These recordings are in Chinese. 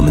们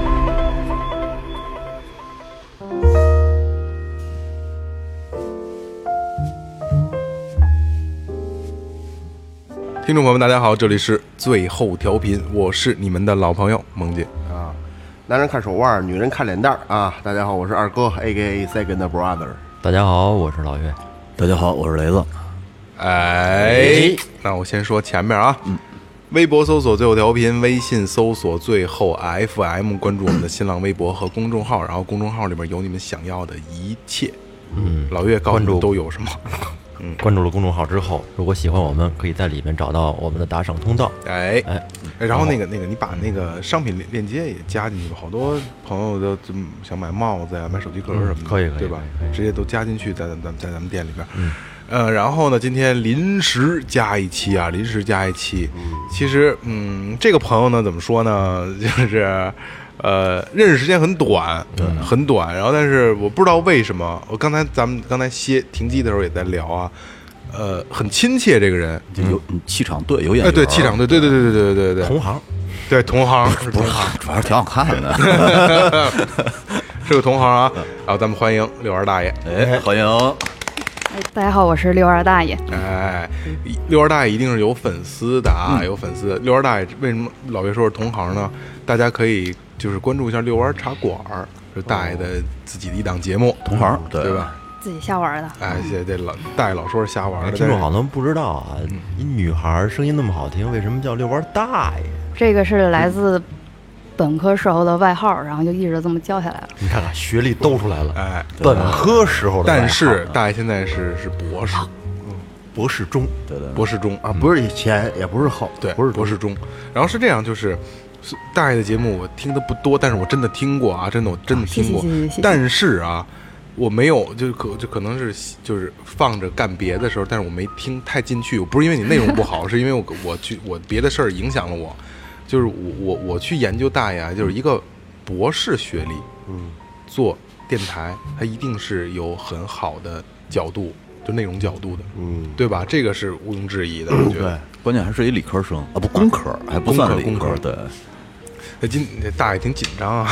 听众朋友们，大家好，这里是“最后调频”，我是你们的老朋友萌姐。男人看手腕，女人看脸蛋儿啊！大家好，我是二哥，A K A Second Brother。大家好，我是老岳。大家好，我是雷子。哎，那我先说前面啊，微博搜索最后调频，微信搜索最后 FM，关注我们的新浪微博和公众号，然后公众号里面有你们想要的一切。嗯，老岳告诉关你注都有什么？关注了公众号之后，如果喜欢我们，可以在里面找到我们的打赏通道。哎哎，哎然后那个那个，你把那个商品链链接也加进去吧。好多朋友都嗯想买帽子呀、买手机壳什么的，嗯可以可以对吧可以？直接都加进去，在咱咱在咱们店里边。嗯，呃，然后呢，今天临时加一期啊，临时加一期。其实，嗯，这个朋友呢，怎么说呢？ 就是。呃，认识时间很短，很短。然后，但是我不知道为什么，我刚才咱们刚才歇停机的时候也在聊啊，呃，很亲切这个人，就有嗯气场对，有眼啊哎，缘。对，气场，对，对，对，对，对，对，对，同行，对，同行是不同是行，，主要是挺好看 的。是个同行啊。然后咱们欢迎六二大爷，哎，欢迎。大家好，我是六二大爷。哎，一六二大爷一定是有粉丝的啊，有粉丝。六二大爷为什么老别说是同行呢？大家可以就是关注一下遛弯茶馆儿，是大爷的自己的一档节目，嗯同行对对吧？自己瞎玩的，哎，这这老大爷老说是瞎玩儿的，听众但是好像不知道啊，一女孩儿声音那么好听，为什么叫遛弯大爷？这个是来自本科时候的外号，然后就一直这么叫下来了。你看看，学历兜出来了，哎，本科时候的外号，但是大爷现在是是博士，博士中，对对，博士中啊，不是前，也不是后，对，不是博士中。然后是这样，就是是大爷的节目我听的不多，但是我真的听过啊，真的我真的听谢谢过谢谢谢。谢但是啊，我没有，就是可就可能是就是放着干别的时候，但是我没听太进去。我不是因为你内容不好，是因为我我去我别的事儿影响了我。就是我我我去研究大爷，啊，就是一个博士学历，嗯，做电台，它一定是有很好的角度，就内容角度的，嗯，对吧？这个是毋庸置疑的，我觉得。对，关键还是一理科生啊，不，工科还不算理工科科工科。对，那今大爷挺紧张啊，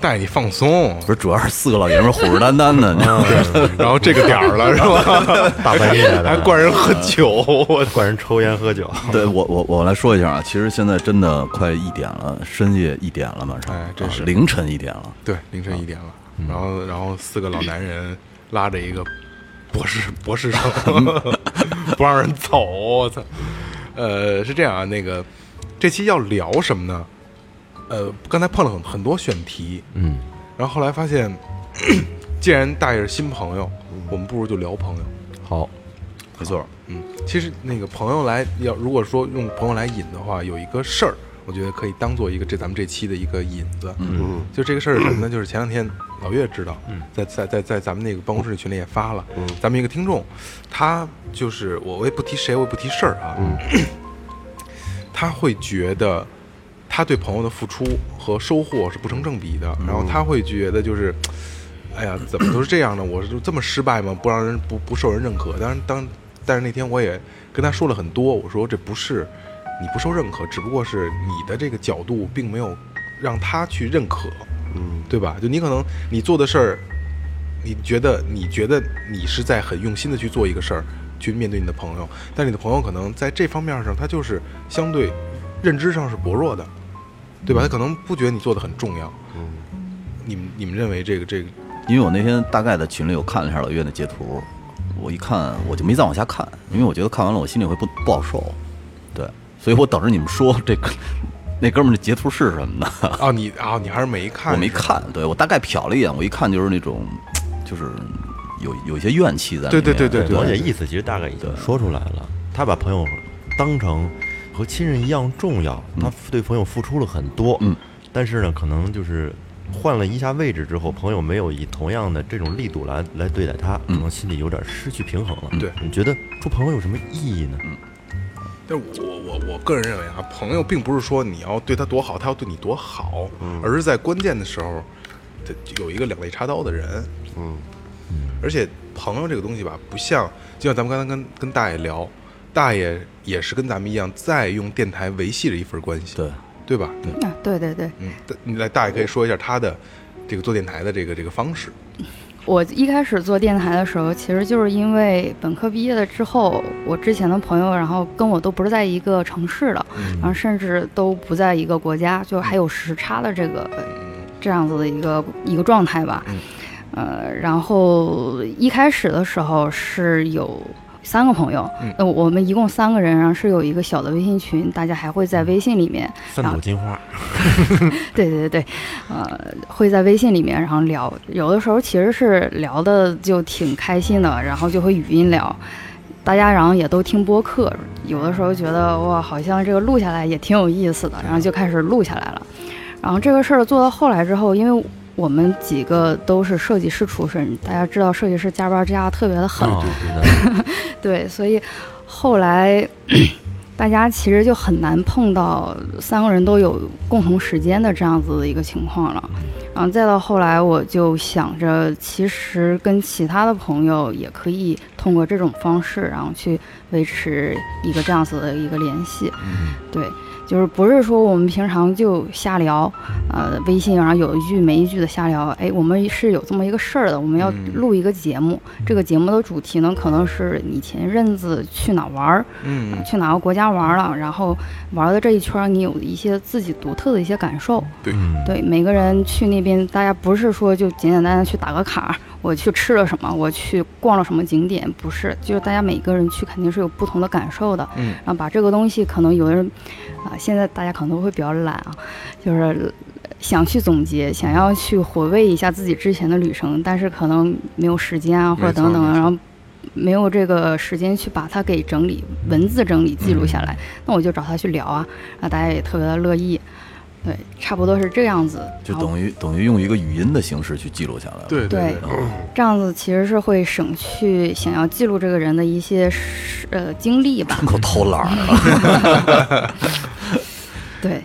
大爷你放松不，是，主要是四个老爷们儿虎视眈眈 的，你知道吗？然后这个点儿了是 吧？哎大半夜还的，灌人喝酒，我管人抽烟喝酒，对我我我来说一下啊，其实现在真的快一点了，深夜一点了，马上，哎真是啊凌晨一点了。对凌晨一点了，然后然后四个老男人拉着一个博士博士生，不让人走，我操！呃，是这样啊，那个这期要聊什么呢？呃，刚才碰了很很多选题，嗯，然后后来发现， 既然大爷是新朋友，我们不如就聊朋友。好，没错，嗯，其实那个朋友来要，如果说用朋友来引的话，有一个事儿，我觉得可以当做一个这咱们这期的一个引子。嗯，就这个事儿是什么呢？就是前两天老岳知道，在在在在咱们那个办公室群里也发了，咱们一个听众，他就是我我也不提谁，我也不提事儿啊， 他会觉得他对朋友的付出和收获是不成正比的，然后他会觉得就是，哎呀，怎么都是这样的，我是这么失败吗？不让人不不受人认可。当然，当但是那天我也跟他说了很多，我说这不是你不受认可，只不过是你的这个角度并没有让他去认可，嗯，对吧？就你可能你做的事儿，你觉得你觉得你是在很用心的去做一个事儿，去面对你的朋友，但你的朋友可能在这方面上，他就是相对认知上是薄弱的，对吧？他可能不觉得你做的很重要。你们你们认为这个这个因为我那天大概在群里我看了一下老岳的截图，我一看我就没再往下看，因为我觉得看完了我心里会不不好受，对，所以我等着你们说这个那哥们儿的截图是什么呢？啊你啊你还是没看，我没看，对我大概瞟了一眼，我一看就是那种，就是有有一些怨气在里对面。对对对我姐意思其实大概已经说出来了，他把朋友当成嗯和亲人一样重要，他对朋友付出了很多，嗯，但是呢，可能就是换了一下位置之后，朋友没有以同样的这种力度来来对待他，可能心里有点失去平衡了。对你觉得处朋友有什么意义呢？但是我我我个人认为啊，朋友并不是说你要对他多好，他要对你多好，而是在关键的时候，他有一个两肋插刀的人。嗯，而且朋友这个东西吧，不像就像咱们刚才跟跟大爷聊，大爷也是跟咱们一样，在用电台维系着一份关系，对，对吧？对，啊，对对对，嗯，大你来大爷可以说一下他的这个做电台的这个这个方式。我一开始做电台的时候，其实就是因为本科毕业了之后，我之前的朋友，然后跟我都不是在一个城市的，然后甚至都不在一个国家，就还有时差的这个嗯这样子的一个一个状态吧。呃，然后一开始的时候是有。三个朋友嗯，呃，我们一共三个人，然后是有一个小的微信群，大家还会在微信里面三朵金花， 对对对，呃，会在微信里面然后聊，有的时候其实是聊的就挺开心的，然后就会语音聊，大家然后也都听播客，有的时候觉得哇，好像这个录下来也挺有意思的，然后就开始录下来了。然后这个事儿做到后来之后，因为我们几个都是设计师出身，大家知道设计师加班加的特别的狠，哦真的 对，所以后来大家其实就很难碰到三个人都有共同时间的这样子的一个情况了。然后再到后来，我就想着，其实跟其他的朋友也可以通过这种方式，然后去维持一个这样子的一个联系。对，就是不是说我们平常就瞎聊，呃，微信然后有一句没一句的瞎聊。哎，我们是有这么一个事儿的，我们要嗯录一个节目，这个节目的主题呢，可能是你前阵子去哪玩儿，嗯，去哪个国家玩儿了，然后玩儿的这一圈，儿，你有一些自己独特的一些感受。嗯，对，每个人去那边，大家不是说就简简单单去打个卡，我去吃了什么，我去逛了什么景点，不是，就是大家每个人去肯定是有不同的感受的。嗯然后把这个东西，可能有的人啊、现在大家可能都会比较懒啊，就是想去总结，想要去回味一下自己之前的旅程，但是可能没有时间啊，或者没错等等没啊，错然后。没有这个时间去把它给整理、文字整理、记录下来，嗯那我就找他去聊啊，啊，大家也特别的乐意，对，差不多是这样子，就然后等于等于用一个语音的形式去记录下来了。对对，对这样子其实是会省去想要记录这个人的一些事呃经历吧真，够偷懒儿的。对，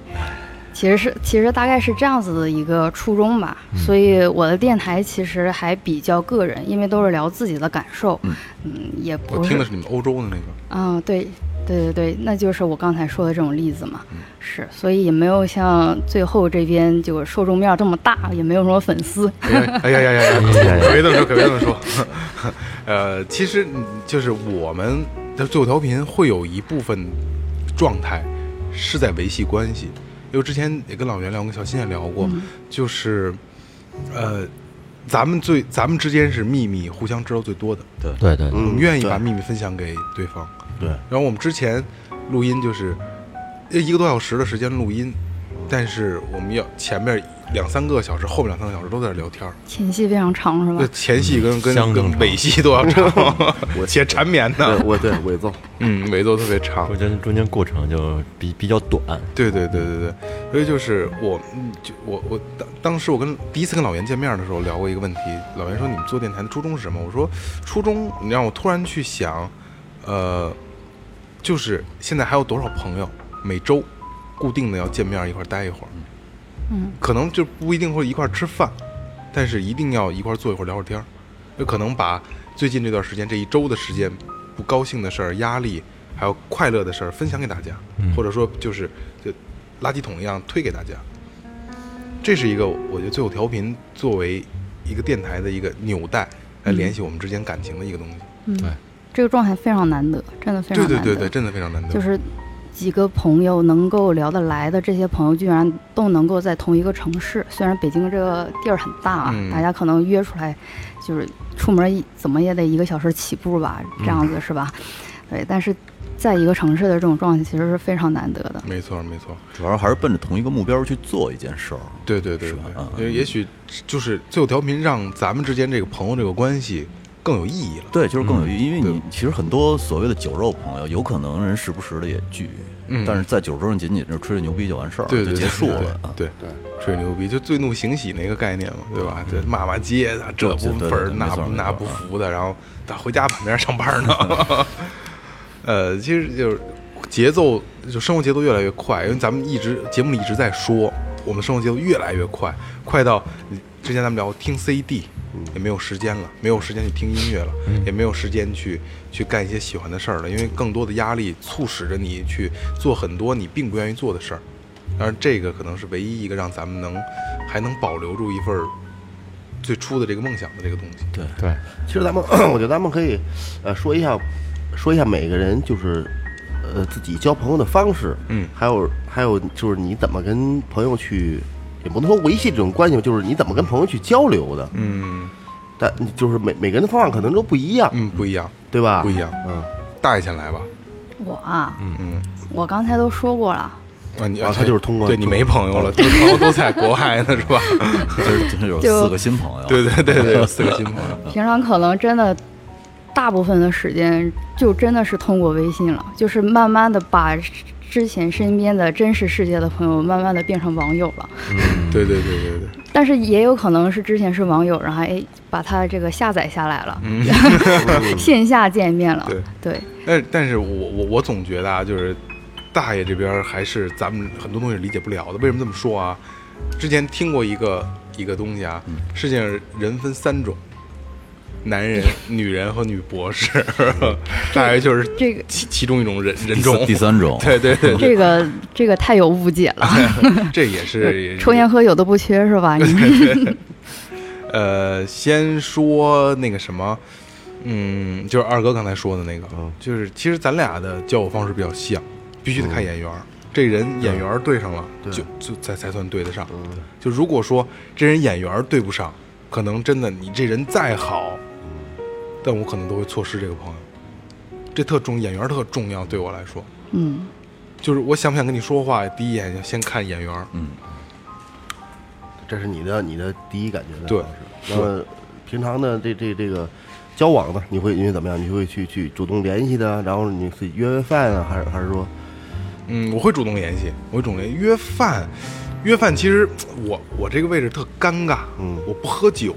其实是其实大概是这样子的一个初衷吧，嗯所以我的电台其实还比较个人，因为都是聊自己的感受，嗯嗯，也我不听的是，是你们欧洲的那个。嗯，对。对对对，那就是我刚才说的这种例子嘛，嗯是，所以也没有像最后这边就受众面儿这么大，也没有什么粉丝，哎呀哎呀呀呀！呀呀！可别这么说，可别这么说。呃，其实嗯就是我们的最后调频会有一部分状态是在维系关系，因为之前也跟老袁聊，跟小新也聊过，就是呃，咱们最咱们之间是秘密，互相知道最多的，对对对，我嗯们愿意把对秘密分享给对方。对，然后我们之前录音就是呃一个多小时的时间录音，但是我们要前面两三个小时，后面两三个小时都在这聊天儿。前戏非常长是吧对，？前戏跟跟相当跟长尾戏都要长，且缠绵对，呢。我对伪造，嗯，尾奏特别长我。觉得中间过程就比比较短，对对对对对，所以就是我，嗯就我我当当时我跟第一次跟老袁见面的时候聊过一个问题，老袁说你们做电台的初衷是什么？我说初衷，你让我突然去想，呃，就是现在还有多少朋友每周固定的要见面一块儿待一会儿，嗯，可能就不一定会一块儿吃饭，但是一定要一块儿坐一会儿聊会儿天儿，有可能把最近这段时间这一周的时间不高兴的事儿、压力，还有快乐的事儿分享给大家，或者说就是就垃圾桶一样推给大家。这是一个我觉得最后调频作为一个电台的一个纽带来嗯联系我们之间感情的一个东西。这个状态非常难得，真的非常对难得。对对对，真的非常难得。就是几个朋友能够聊得来的这些朋友，居然都能够在同一个城市。虽然北京这个地儿很大啊，嗯大家可能约出来，就是出门一怎么也得一个小时起步吧，嗯这样子是吧？对，但是在一个城市的这种状态其实是非常难得的。没错没错，主要还是奔着同一个目标去做一件事儿。对对对是对吧嗯，因为也许就是最后调频让咱们之间这个朋友这个关系更有意义了。对，就是更有意义，因为嗯对你其实很多所谓的酒肉朋友，有可能人时不时的也聚，嗯但是在酒桌上仅仅是吹吹牛逼就完事儿，对啊就对结对束对了。啊对对，吹牛逼就醉怒行喜那个概念嘛，对嗯吧？对，骂骂街的，这对不对对分儿对那没错不没那错嗯不服的，然后他回家旁边上班呢。 呃，其实就是节奏，就生活节奏越来越快，因为咱们一直节目里一直在说，我们生活节奏越来越快，快到你之前咱们聊听 CD。也没有时间了，没有时间去听音乐了，嗯也没有时间去去干一些喜欢的事儿了，因为更多的压力促使着你去做很多你并不愿意做的事儿。当然，这个可能是唯一一个让咱们能还能保留住一份儿最初的这个梦想的这个东西。对对，其实咱们，我觉得咱们可以，呃，说一下，说一下每个人就是，呃，自己交朋友的方式，嗯还有还有就是你怎么跟朋友去，也不能说维系这种关系吧，就是你怎么跟朋友去交流的，嗯但就是每每个人的方法可能都不一样，嗯，不一样，对吧？不一样。嗯，大爷先来吧。我啊，嗯，我刚才都说过了，啊，你啊他就是通过对你没朋友了，都朋友都在国外呢，是吧？ 就是就是有就四个新朋友，对对对对，有四个新朋友。平常可能真的大部分的时间就真的是通过微信了，就是慢慢的把之前身边的真实世界的朋友，慢慢的变成网友了。嗯对对对对对，但是也有可能是之前是网友，然后哎把他这个下载下来了，嗯。 线下见面了。对但但是我我我总觉得啊，就是大爷这边儿还是咱们很多东西理解不了的。为什么这么说啊？之前听过一个一个东西啊，嗯世界上人分三种，男 人、女人和女博士， 大爷就是这个其其中一种人人第种三，第三种， 对对对，对这个这个太有误解了， 这也是呃抽烟喝酒都不缺是吧？你呃，先说那个什么，嗯，就是二哥刚才说的那个，就是其实咱俩的交友方式比较像，必须得看眼缘儿，这人眼缘儿嗯对嗯上了，就就才才算对得上。就如果说这人眼缘儿对不上，可能真的你这人再好，嗯但我可能都会错失这个朋友。这特重，眼缘儿特重要，对我来说， 嗯，就是我想不想跟你说话，第一眼先看眼缘儿。这是你的你的第一感觉的对方式。那么平常的这这这个交往呢，你会因为怎么样？你会去去主动联系的，然后你自己约约饭啊，还是还是说，嗯，我会主动联系，我会主动联系约饭。约饭其实我我这个位置特尴尬，嗯我不喝酒，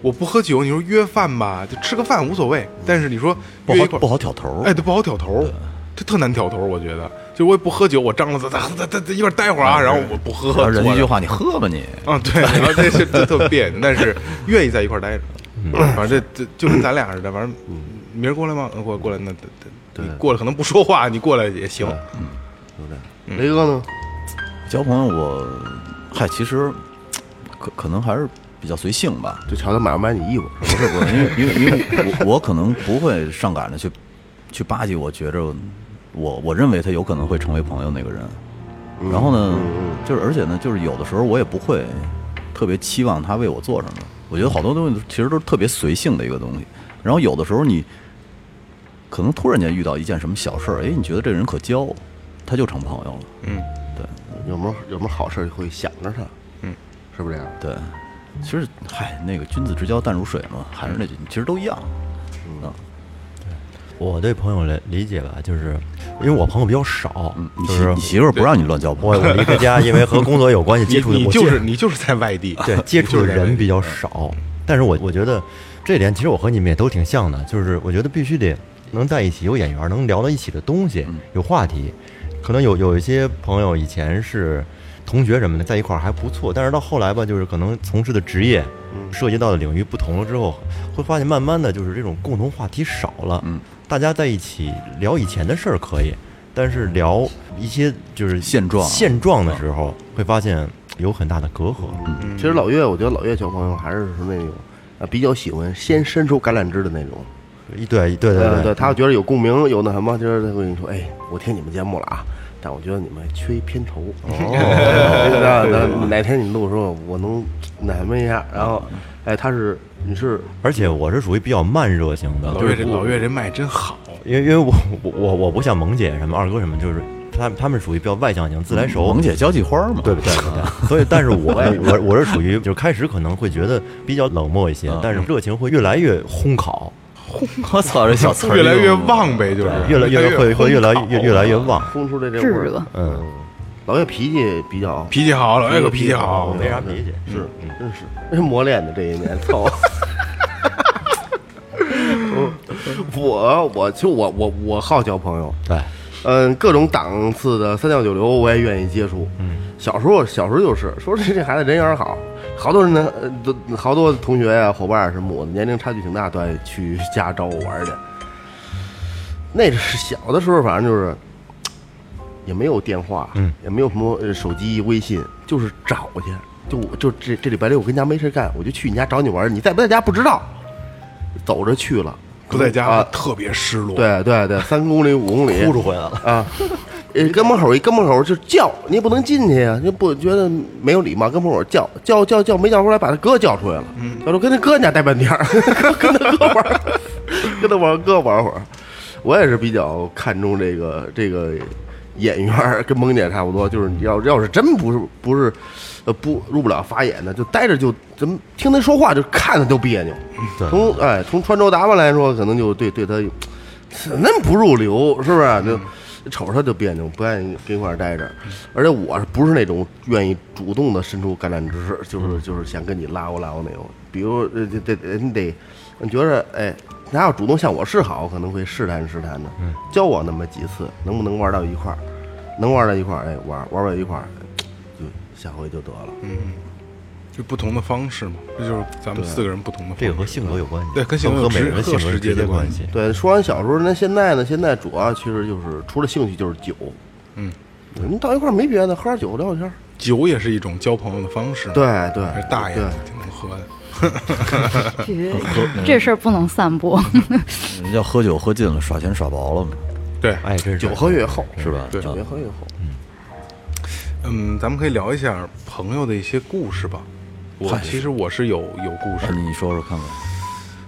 我不喝酒。你说约饭吧，就吃个饭无所谓，但是你说不约一好块儿不好挑头，哎，，对，不好挑头儿，这特难挑头儿，我觉得。就我也不喝酒，我张罗着，咱咱咱咱一块儿待会儿啊，然后我不喝，然后人坐一句着话你喝吧你，嗯，对，然后这是这特别扭，但是愿意在一块儿待着。反正这这就跟咱俩似的，反正明儿过来吗？嗯过过来，那得得你过来可能不说话，你过来也行。雷哥呢？交朋友我，嗨，其实可可能还是比较随性吧，就瞧他买不买你衣服，不是不是，因为因为因为我我可能不会上赶着去去巴结，我觉着我我认为他有可能会成为朋友那个人。然后呢，就是而且呢，就是有的时候我也不会特别期望他为我做什么。我觉得好多东西其实都是特别随性的一个东西。然后有的时候你可能突然间遇到一件什么小事儿，哎，你觉得这人可交，他就成朋友了。嗯。有没有有没有好事儿会想着他？嗯，是不是这样？对，其实嗨，那个君子之交淡如水嘛，还是那句，其实都一样。嗯，我对朋友理理解吧，就是因为我朋友比较少，你就媳是你媳妇儿不让你乱交朋友。我我离开家，因为和工作有关系，接触 的你你我接就是你就是在外地，对接触的人嗯比较少。但是我我觉得这点其实我和你们也都挺像的，就是我觉得必须得能在一起有眼缘，能聊到一起的东西，嗯有话题。可能有有一些朋友以前是同学什么的，在一块儿还不错，但是到后来吧，就是可能从事的职业、嗯涉及到的领域不同了之后，会发现慢慢的就是这种共同话题少了。嗯，大家在一起聊以前的事儿可以，但是聊一些就是现状现状的时候，会发现有很大的隔阂。嗯其实老岳，我觉得老岳交朋友还是说那种啊，比较喜欢先伸出橄榄枝的那种。一对对对对，他觉得有共鸣，有那什么，就是他会跟你说，哎，我听你们节目了啊，但我觉得你们缺一片头。哦，那那哪天你录的时候，我能那什么一下，然后，哎，他是你是而且我是属于比较慢热型的，老就岳是这老岳这麦真好，因为因为我我我我不像萌姐什么二哥什么，就是他他们属于比较外向型，自来熟，嗯萌姐交际花嘛，对不对？对所以，但是我我我是属于就是开始可能会觉得比较冷漠一些嗯，但是热情会越来越烘烤， 我操，这小词儿越来越旺呗，就是越来越会会越来越越来越旺。轰出来这炙味 儿热。嗯，老岳脾气比较脾气好，老岳可脾气好，没啥脾气嗯是，嗯真是磨练的这一年，操！ 我我就我我我好交朋友，对，嗯，各种档次的三教九流我也愿意接触。嗯，小时候小时候就是说这这孩子人缘好，好多人呢，呃都好多同学呀、伙伴儿什么，我们年龄差距挺大，都爱去家找我玩儿去。那是小的时候，反正就是也没有电话，嗯，也没有什么呃手机、微信，就是找去。就我就这这礼拜六我跟家没事干，我就去你家找你玩儿，你在不在家不知道，走着去了，不在家啊，特别失落。，对对对，三公里五公里，哭出回来了。啊，呃，跟门口一跟门口就叫，你也不能进去呀、就不觉得没有礼貌，跟门口叫叫叫叫，没叫出来，把他哥叫出来了，叫出跟他哥家待半天儿， 跟他哥玩儿，跟他玩儿哥玩会儿。我也是比较看重这个这个眼缘儿，跟萌姐差不多，就是你要要是真不是不是，呃，不入不了法眼的，就待着就怎么听他说话就看着就别扭。对从哎从穿着打扮来说，可能就对对他有怎么不入流，是不是？就瞅着他就别扭，不愿意跟一块儿待着。而且我不是那种愿意主动的伸出橄榄枝，就是就是想跟你拉我拉我那种。比如呃得得得你得，你觉着哎，他要主动向我示好，我可能会试探试探的，教我那么几次，能不能玩到一块儿？能玩到一块儿，哎，玩玩到一块儿，就下回就得了。就不同的方式嘛，这就是咱们四个人不同的方式。这个和性格有关系，对跟性格有和每直个人性格和是直接直接的关关系。对，说完小时候，那现在呢？现在主要其实就是除了兴趣就是酒，嗯，我们到一块儿没别的，喝点酒聊聊天儿。酒也是一种交朋友的方式嘛，对对嗯还是，大爷对，挺能喝的，这事儿不能散播。人家喝酒喝尽了，耍钱耍薄了嘛，对，哎，这是酒喝越厚，是吧？对啊酒越喝越厚。嗯，咱们可以聊一下朋友的一些故事吧。我其实我是有有故事那，你说说看看，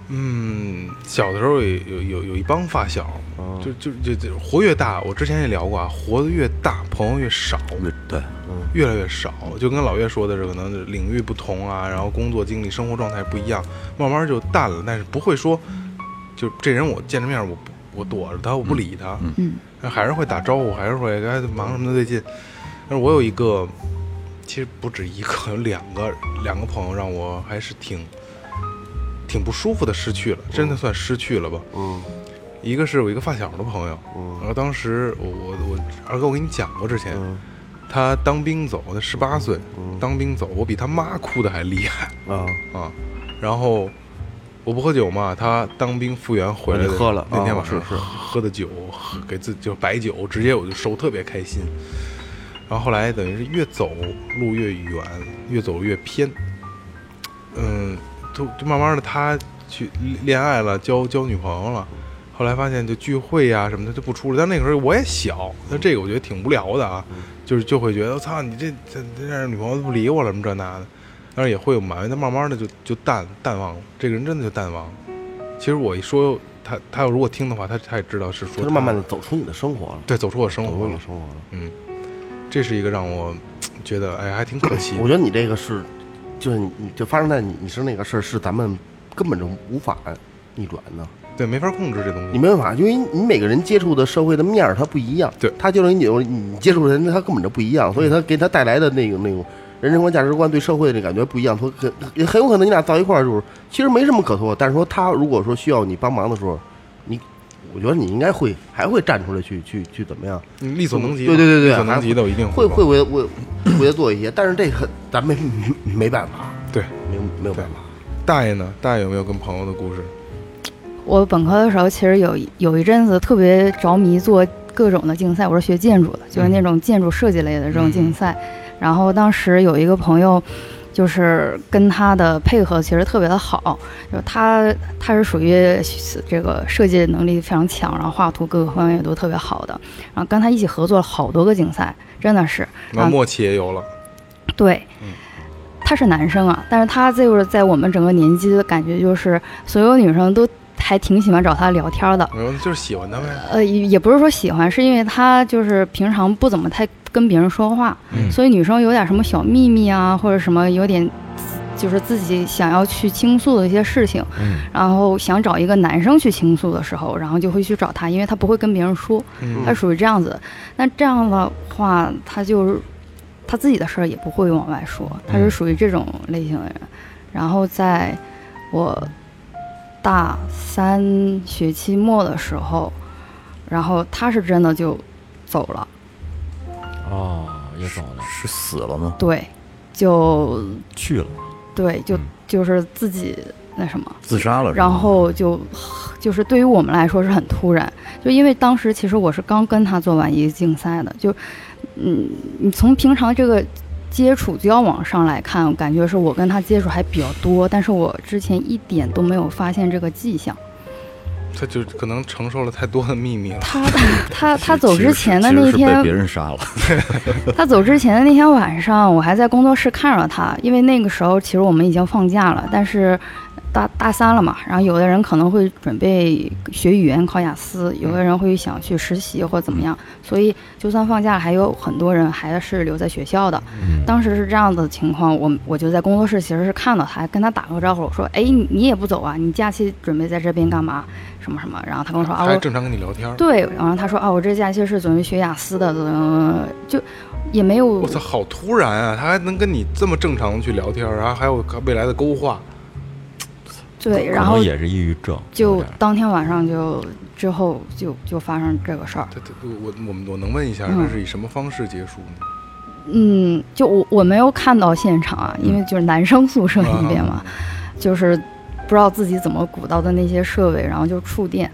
嗯，小的时候有有有有一帮发小，嗯就就就就活越大，我之前也聊过啊，活得越大，朋友越少，对，越来越少。就跟老岳说的是，可能是领域不同啊，然后工作经历、生活状态不一样，慢慢就淡了。但是不会说，就这人我见着面我不我躲着他，我不理他，嗯，还是会打招呼，还是会该忙什么的最近。但是我有一个，其实不止一个，有两个两个朋友让我还是挺挺不舒服的失去了，真的算失去了吧。嗯一个是我一个发小的朋友，然嗯后当时我我我二哥，我跟你讲过之前，嗯他当兵走，他十八岁、当兵走，我比他妈哭的还厉害啊，啊。然后我不喝酒嘛，他当兵复员回来啊你喝了那天啊晚上是是喝的酒，喝给自己就是白酒，直接我就收特别开心。然后后来等于是越走路越远，越走越偏，嗯，就就慢慢的他去恋爱了，交交女朋友了，后来发现就聚会呀、什么的就不出了。但那个时候我也小，嗯但这个我觉得挺无聊的啊，就是就会觉得我操你这这这让女朋友都不理我了什么这那的，但是也会有埋怨，但慢慢的就就淡淡忘了，这个人真的就淡忘了。其实我一说他，他如果听的话，他他也知道是他说就他慢慢的走出你的生活了，对走出我生走活出你了的，生活了。嗯，这是一个让我觉得哎还挺可惜我觉得你这个是，就是你你就发生在你你身上那个事儿，是咱们根本就无法逆转的。对，没法控制这东你西。没办法，因为你每个人接触的社会的面儿它不一样，对嗯他就是你有你接触的人，他根本就不一样，所以他给他带来的那个那种人生观、价值观对社会的那感觉不一样，所以很也很有可能你俩到一块儿就是其实没什么可说，但是说他如果说需要你帮忙的时候，你我觉得你应该会还会站出来去去去怎么样，你力所能及，对对对对力所能及的我一定会会会为为为他做一些，但是这个咱没没没办法，对。没有没有办法，大爷呢？大爷有没有跟朋友的故事？我本科的时候，其实有一有一阵子特别着迷做各种的竞赛，我是学建筑的，就是那种建筑设计类的这种竞赛。然后当时有一个朋友，就是跟他的配合其实特别的好，就是他他是属于这个设计能力非常强，然后画图各个方面也都特别好的。然后跟他一起合作了好多个竞赛，真的是那啊默契也有了，对嗯，他是男生啊，但是他就是在我们整个年级的感觉，就是所有女生都还挺喜欢找他聊天的。没有，就是喜欢他啊呗。呃，也也不是说喜欢，是因为他就是平常不怎么太跟别人说话，嗯所以女生有点什么小秘密啊，或者什么有点就是自己想要去倾诉的一些事情，嗯然后想找一个男生去倾诉的时候，然后就会去找他，因为他不会跟别人说，嗯他属于这样子。那这样的话，他就是他自己的事儿也不会往外说，他是嗯属于这种类型的人。然后在我大三学期末的时候，然后他是真的就走了，哦，也走了，是死了吗？对，就去了，对，就嗯就是自己那什么。自杀了是吗？然后就就是对于我们来说是很突然，就因为当时其实我是刚跟他做完一个竞赛的，就嗯，你从平常这个接触交往上来看，我感觉是我跟他接触还比较多，但是我之前一点都没有发现这个迹象。他就可能承受了太多的秘密了。他他其实他走之前的其实那是被别天，人杀了。他走之前的那天晚上，我还在工作室看着他，因为那个时候其实我们已经放假了，但是。大大三了嘛，然后有的人可能会准备学语言考雅思，有的人会想去实习或怎么样，所以就算放假了，还有很多人还是留在学校的。嗯当时是这样的情况，我我就在工作室其实是看到他，跟他打过招呼，我说：“哎，你你也不走啊？你假期准备在这边干嘛？什么什么？”然后他跟我说：“啊，他还我正常跟你聊天。对。”然后他说：“啊，我这假期是准备学雅思的，怎么怎么怎么就也没有。”我操，好突然啊！他还能跟你这么正常地去聊天，然后还有未来的勾画，对，可然能后也是抑郁症，有就点儿当天晚上就之后就就发生这个事儿。他他我我我能问一下，嗯这是以什么方式结束呢？嗯，就我我没有看到现场啊，嗯因为就是男生宿舍那边啊嘛， 就是不知道自己怎么鼓捣的那些设备，然后就触电，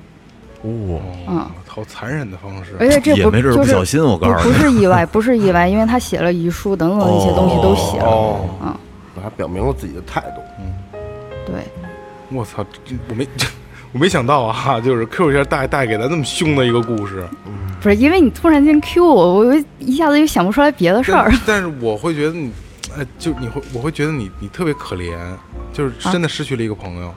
哇、哦嗯，好残忍的方式。而且这也不没准儿就不是小心，我告不诉不你。是意 外，不是意外，因为他写了遗书等等的一些东西都写了，哦，嗯，还表明了自己的态度。对，我操，这我没 我没想到啊，就是 Q 一下带带给咱这么凶的一个故事。不是因为你突然间 Q 我，我我一下子就想不出来别的事儿但，但是我会觉得你，哎，就你会我会觉得你你特别可怜，就是真的失去了一个朋友。 哦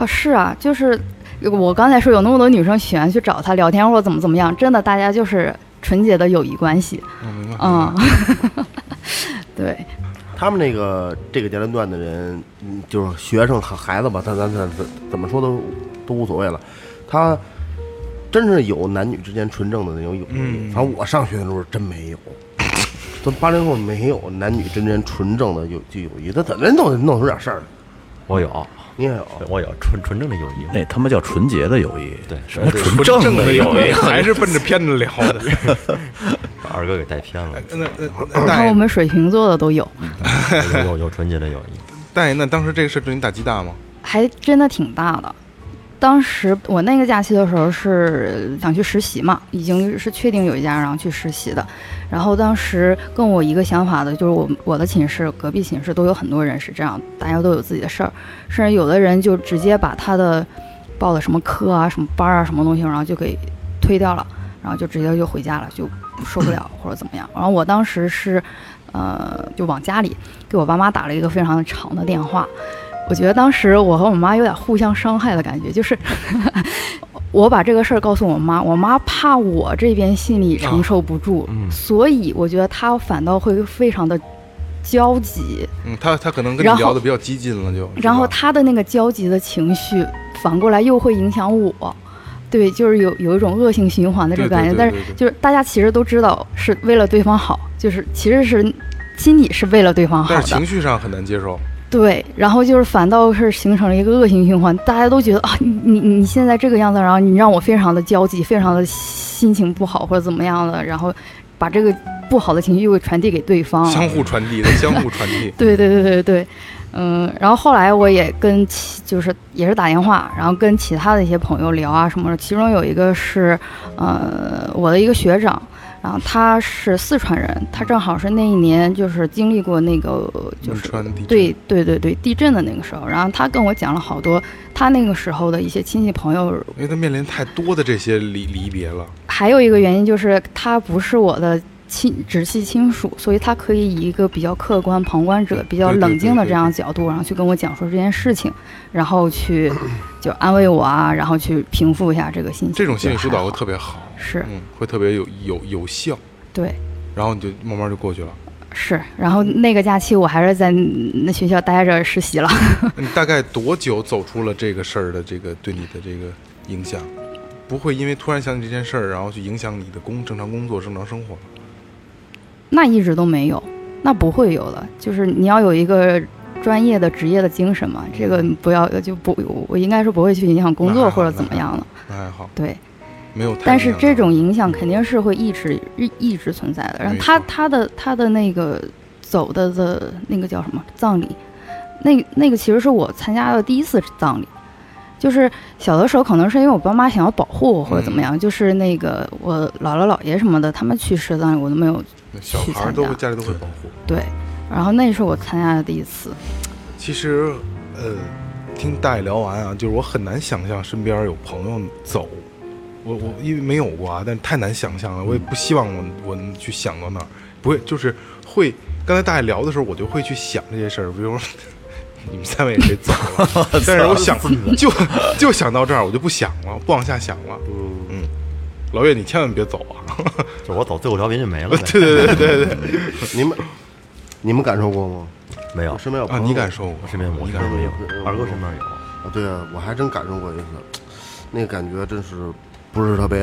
啊，是啊，就是我刚才说有那么多女生喜欢去找他聊天或者怎么怎么样，真的大家就是纯洁的友谊关系，我明白。嗯， 对，他们那个这个年龄段的人，嗯，就是学生和孩子吧，咱咱咱咱怎么说都都无所谓了。他真是有男女之间纯正的那种友谊，嗯反正我上学的时候真没有。咱八零后没有男女之间纯正的友就友谊，他怎么弄弄出点事儿来？我有，你也有，我有纯纯正的友谊，那他妈叫纯洁的友谊，对什么纯正的友谊？还是奔着片子聊的。，把二哥给带偏了 那那然后我那们水瓶座的都有，有有有纯洁的友谊，大爷，那当时这个事儿对你打击大吗？还真的挺大的。当时我那个假期的时候是想去实习嘛，已经是确定有一家然后去实习的。然后当时跟我一个想法的就是我我的寝室隔壁寝室都有很多人是这样，大家都有自己的事儿，甚至有的人就直接把他的报的什么课啊、什么班啊、什么东西，然后就给推掉了，然后就直接就回家了，就受不了或者怎么样。然后我当时是呃就往家里给我爸妈打了一个非常长的电话，我觉得当时我和我妈有点互相伤害的感觉，就是 我把这个事儿告诉我妈，我妈怕我这边心里承受不住，所以我觉得她反倒会非常的焦急，嗯，他他可能跟你然后聊的比较激进了就，是然后吧她的那个焦急的情绪反过来又会影响我。对，就是有有一种恶性循环的这个对对感觉，对但是对对就是大家其实都知道是为了对方好，就是其实是心里是为了对方好但的，是情绪上很难接受。对，然后就是反倒是形成了一个恶性循环，大家都觉得啊，你你你现在这个样子，然后你让我非常的焦急，非常的心情不好或者怎么样的，然后把这个不好的情绪又给传递给对方。。相互传递的，相互传递嗯对对对对对，嗯，然后后来我也跟其就是也是打电话，然后跟其他的一些朋友聊啊什么的，其中有一个是呃我的一个学长。然后他是四川人，他正好是那一年就是经历过那个就汶是川地震对对对对地震的那个时候，然后他跟我讲了好多他那个时候的一些亲戚朋友因为他面临太多的这些离离别了，还有一个原因就是他不是我的亲直系亲属，所以他可以以一个比较客观、旁观者、比较对对冷静的对这样的角度，然后去跟我讲述这件事情，然后去就安慰我啊，然后去平复一下这个心情。嗯这种心理就疏还导会好特别好，是嗯，会特别有有有效，对。然后你就慢慢就过去了。是，然后那个假期我还是在那学校待着实习了， 你大概多久走出了这个事儿的这个对你的这个影响？不会因为突然想起这件事儿，然后去影响你的工正常工作、正常生活吧？那一直都没有，那不会有的。就是你要有一个专业的职业的精神嘛，这个不要就不，我应该是不会去影响工那还作好或者怎么样的。那还好，对，没有太。但是这种影响肯定是会一直一一直存在的。然后没他错他的他的那个走的的那个叫什么葬礼，那那个其实是我参加的第一次葬礼。就是小的时候，可能是因为我爸妈想要保护我或者怎么样，嗯就是那个我姥姥姥爷什么的，他们去世的葬礼我都没有小去孩儿参都会加家里都会保护。对。然后那是我参加的第一次，其实，呃，听大爷聊完啊，就是我很难想象身边有朋友走，我我因为没有过啊，但是太难想象了，我也不希望我我能去想到那儿，不会就是会。刚才大爷聊的时候，我就会去想这些事儿，比如说 你们三位谁 走了，但是我想就就想到这儿，我就不想了，不往下想了。嗯，老岳，你千万别走啊！就是我走最后调频就没了呗， 对对对对对你们你们感受过吗？ 没有我，身边有啊！朋友你感受过？我身边我你身感受边没有嗯，二哥身边有，啊，对啊，我还真感受过一次，那感觉真是不是特别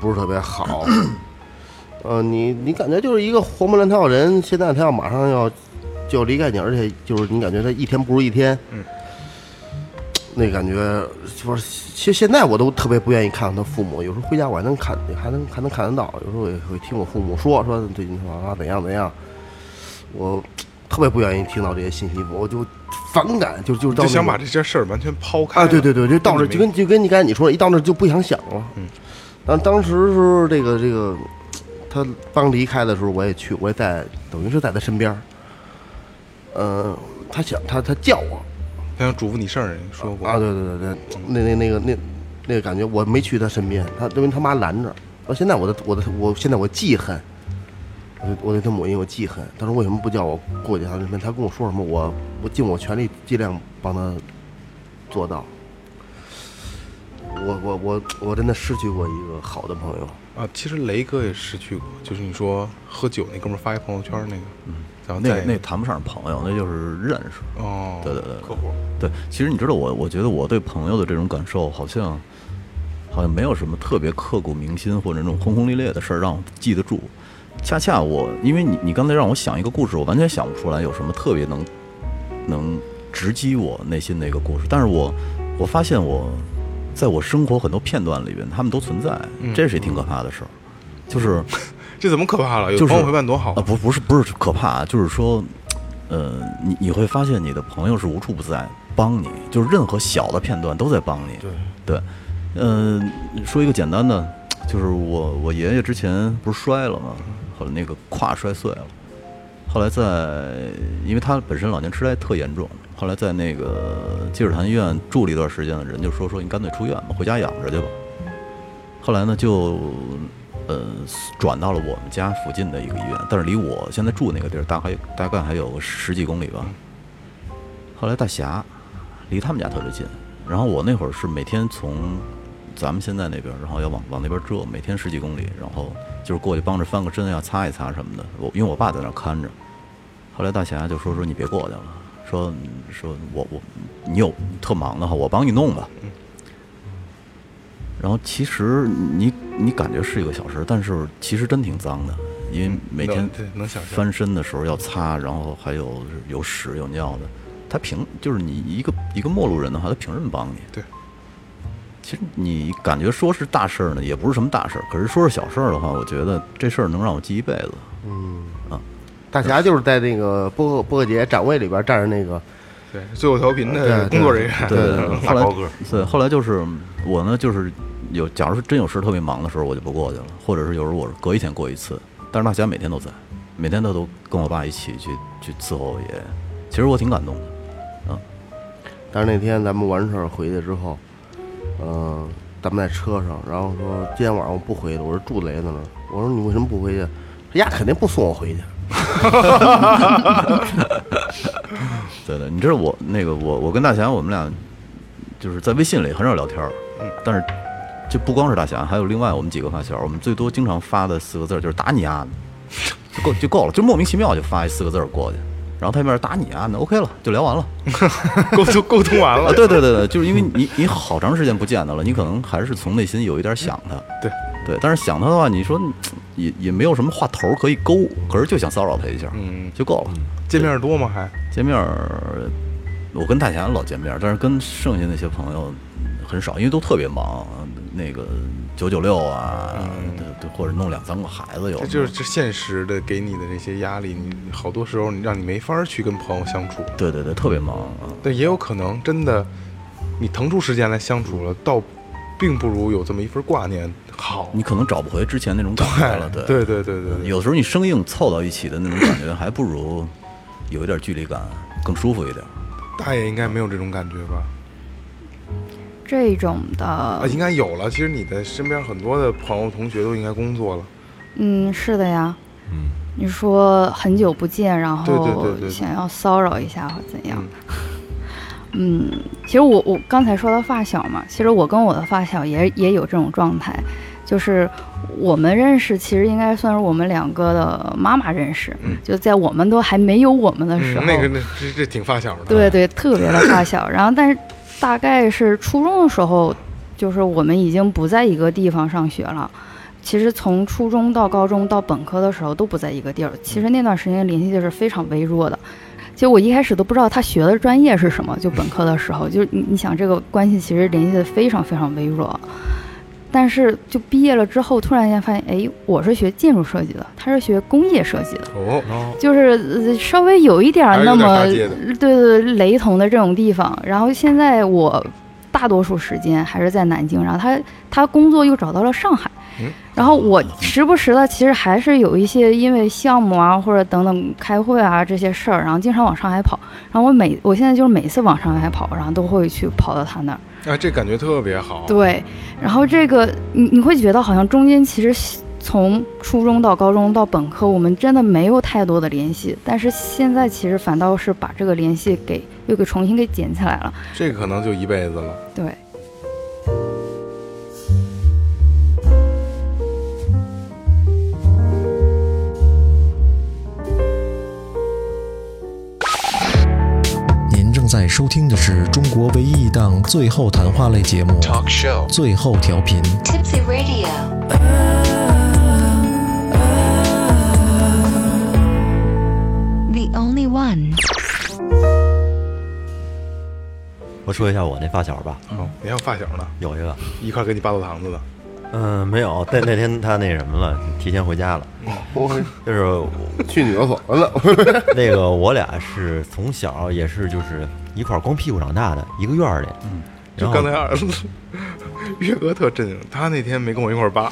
不是特别好。呃，你你感觉就是一个活蹦乱跳的人，现在他要马上要就要离开你，而且就是你感觉他一天不如一天，嗯，那感觉就是其实现在我都特别不愿意看他父母，有时候回家我还能看还能还能看得到，有时候我也会听我父母说说最近他妈怎样怎样，我特别不愿意听到这些信息，我就反感，就就就到那想种把这件事儿完全抛开啊，对对对，就到跟这你就没跟就跟你刚才你说的，一到那就不想想了。嗯，但当时是这个这个，他刚离开的时候，我也去，我也在，等于是在他身边儿。呃，他想他他叫我他想嘱咐你事儿，你说过啊，对对对对，那那那个那那个感觉，我没去他身边，他因为他妈拦着。到现在我的我的我现在我记恨，我对我对他母亲有记恨。他说为什么不叫我过去他身边？他跟我说什么？我我尽我全力，尽量帮他做到。我我我我真的失去过一个好的朋友，啊，其实雷哥也失去过，就是你说喝酒那哥们儿发一朋友圈那个，嗯，然后那再那谈不上朋友，那就是认识。哦，对对对对合伙，对，其实你知道我，我觉得我对朋友的这种感受，好像好像没有什么特别刻骨铭心或者那种轰轰烈烈的事儿让我记得住。恰恰我，因为你你刚才让我想一个故事，我完全想不出来有什么特别能能直击我内心的一个故事。但是我我发现我在我生活很多片段里边，他们都存在，这是一挺可怕的事儿。就是这怎么可怕了？有就是朋友陪伴多好啊，不不是不是可怕，啊就是说，呃，你你会发现你的朋友是无处不在帮你，就是任何小的片段都在帮你。对对，嗯、说一个简单的，就是我我爷爷之前不是摔了吗？后来那个胯摔碎了，后来在因为他本身老年痴呆特严重，后来在那个积水潭医院住了一段时间的人就说说你干脆出院吧，回家养着去吧。后来呢，就呃转到了我们家附近的一个医院，但是离我现在住那个地儿大概大概还有十几公里吧。后来大侠离他们家特别近，然后我那会儿是每天从咱们现在那边，然后要往往那边折，每天十几公里，然后就是过去帮着翻个身呀、啊擦一擦什么的。我因为我爸在那儿看着，后来大侠就说说你别过去了，说说我我你有特忙的话，我帮你弄吧。然后其实你你感觉是一个小事，但是其实真挺脏的，因为每天能对能想象翻身的时候要擦，然后还有是有屎有尿的。他凭就是你一个一个陌路人的话，他凭什么帮你？对，其实你感觉说是大事儿呢，也不是什么大事儿；可是说是小事儿的话，我觉得这事儿能让我记一辈子。大侠就是在那个播客播客节展位里边站着那个，对，最后调频的对对工作人员，对对，后来高个儿对，后来就是我呢，就是有，假如是真有事特别忙的时候，我就不过去了，或者是有时候我是隔一天过一次，但是大侠每天都在，每天他都跟我爸一起去去伺候我爷爷，其实我挺感动的。但是那天咱们完事儿回去之后，呃，咱们在车上，然后说今天晚上我不回了，我说住雷子那儿，我说你为什么不回去？他丫肯定不送我回去。对对，你知道我那个我我跟大侠我们俩就是在微信里很少聊天儿，嗯但是就不光是大侠，还有另外我们几个发小，我们最多经常发的四个字儿就是打你丫的，就够就够了，就莫名其妙就发一四个字儿过去，然后他一边儿打你丫的，OK 了，就聊完了。沟通沟通完啊，了，对对对对，就是因为你你好长时间不见他了，你可能还是从内心有一点想他。对对，但是想他的话，你说嗯也也没有什么话头可以勾，可是就想骚扰他一下，嗯，就够了。见面多吗？还见面儿，我跟大侠老见面儿，但是跟剩下那些朋友很少，因为都特别忙，那个九九六啊，对对或者弄两三个孩子有嗯这的，就是这现实的给你的这些压力，你好多时候你让你没法儿去跟朋友相处。对对对，特别忙啊。但也有可能真的，你腾出时间来相处了，倒并不如有这么一份挂念好。你可能找不回之前那种感觉了，嗯对对对对对对，有时候你生硬凑到一起的那种感觉，还不如有一点距离感更舒服一点。大爷应该没有这种感觉吧？这种啊，的，应该有了。其实你的身边很多的朋友、同学都应该工作了，嗯，是的呀。你说很久不见，然嗯对对对后对对想要骚扰一下或怎样？嗯，其实我我刚才说到发小嘛，其实我跟我的发小也也有这种状态，就是我们认识，其实应该算是我们两个的妈妈认识，就在我们都还没有我们的时候，嗯那个那这这挺发小的。对对，特别的发小。然后，但是大概是初中的时候，就是我们已经不在一个地方上学了。其实从初中到高中到本科的时候都不在一个地儿。其实那段时间联系的是非常微弱的。其实我一开始都不知道他学的专业是什么，就本科的时候，就是你你想这个关系其实联系的非常非常微弱。但是就毕业了之后，突然间发现，哎，我是学建筑设计的，他是学工业设计的。哦，就是呃稍微有一点还儿是那有点么搭界的对对对雷同的这种地方。然后现在我大多数时间还是在南京，然后他他工作又找到了上海嗯。然后我时不时的，其实还是有一些因为项目啊或者等等开会啊这些事儿，然后经常往上海跑。然后我每我现在就是每次往上海跑，然后都会去跑到他那儿。啊，这感觉特别好。对，然后这个你你会觉得好像中间其实从初中到高中到本科，我们真的没有太多的联系，但是现在其实反倒是把这个联系给又给重新给捡起来了。这可能就一辈子了。哦对，您正在收听的是中国唯一一档最后谈话类节目《Talk Show》最后调频。 Tipsy Radio. The only one. 我说一下我那发小吧，哦，你还有发小呢，有一个，一块儿给你扒肚肠子的。嗯，没有，但那天他那什么了，提前回家了，我就是我去女厕所了， 那个我俩是从小也是就是一块儿光屁股长大的，一个院儿里，嗯，然就后刚才二 岳哥特震惊，他那天没跟我一块儿扒，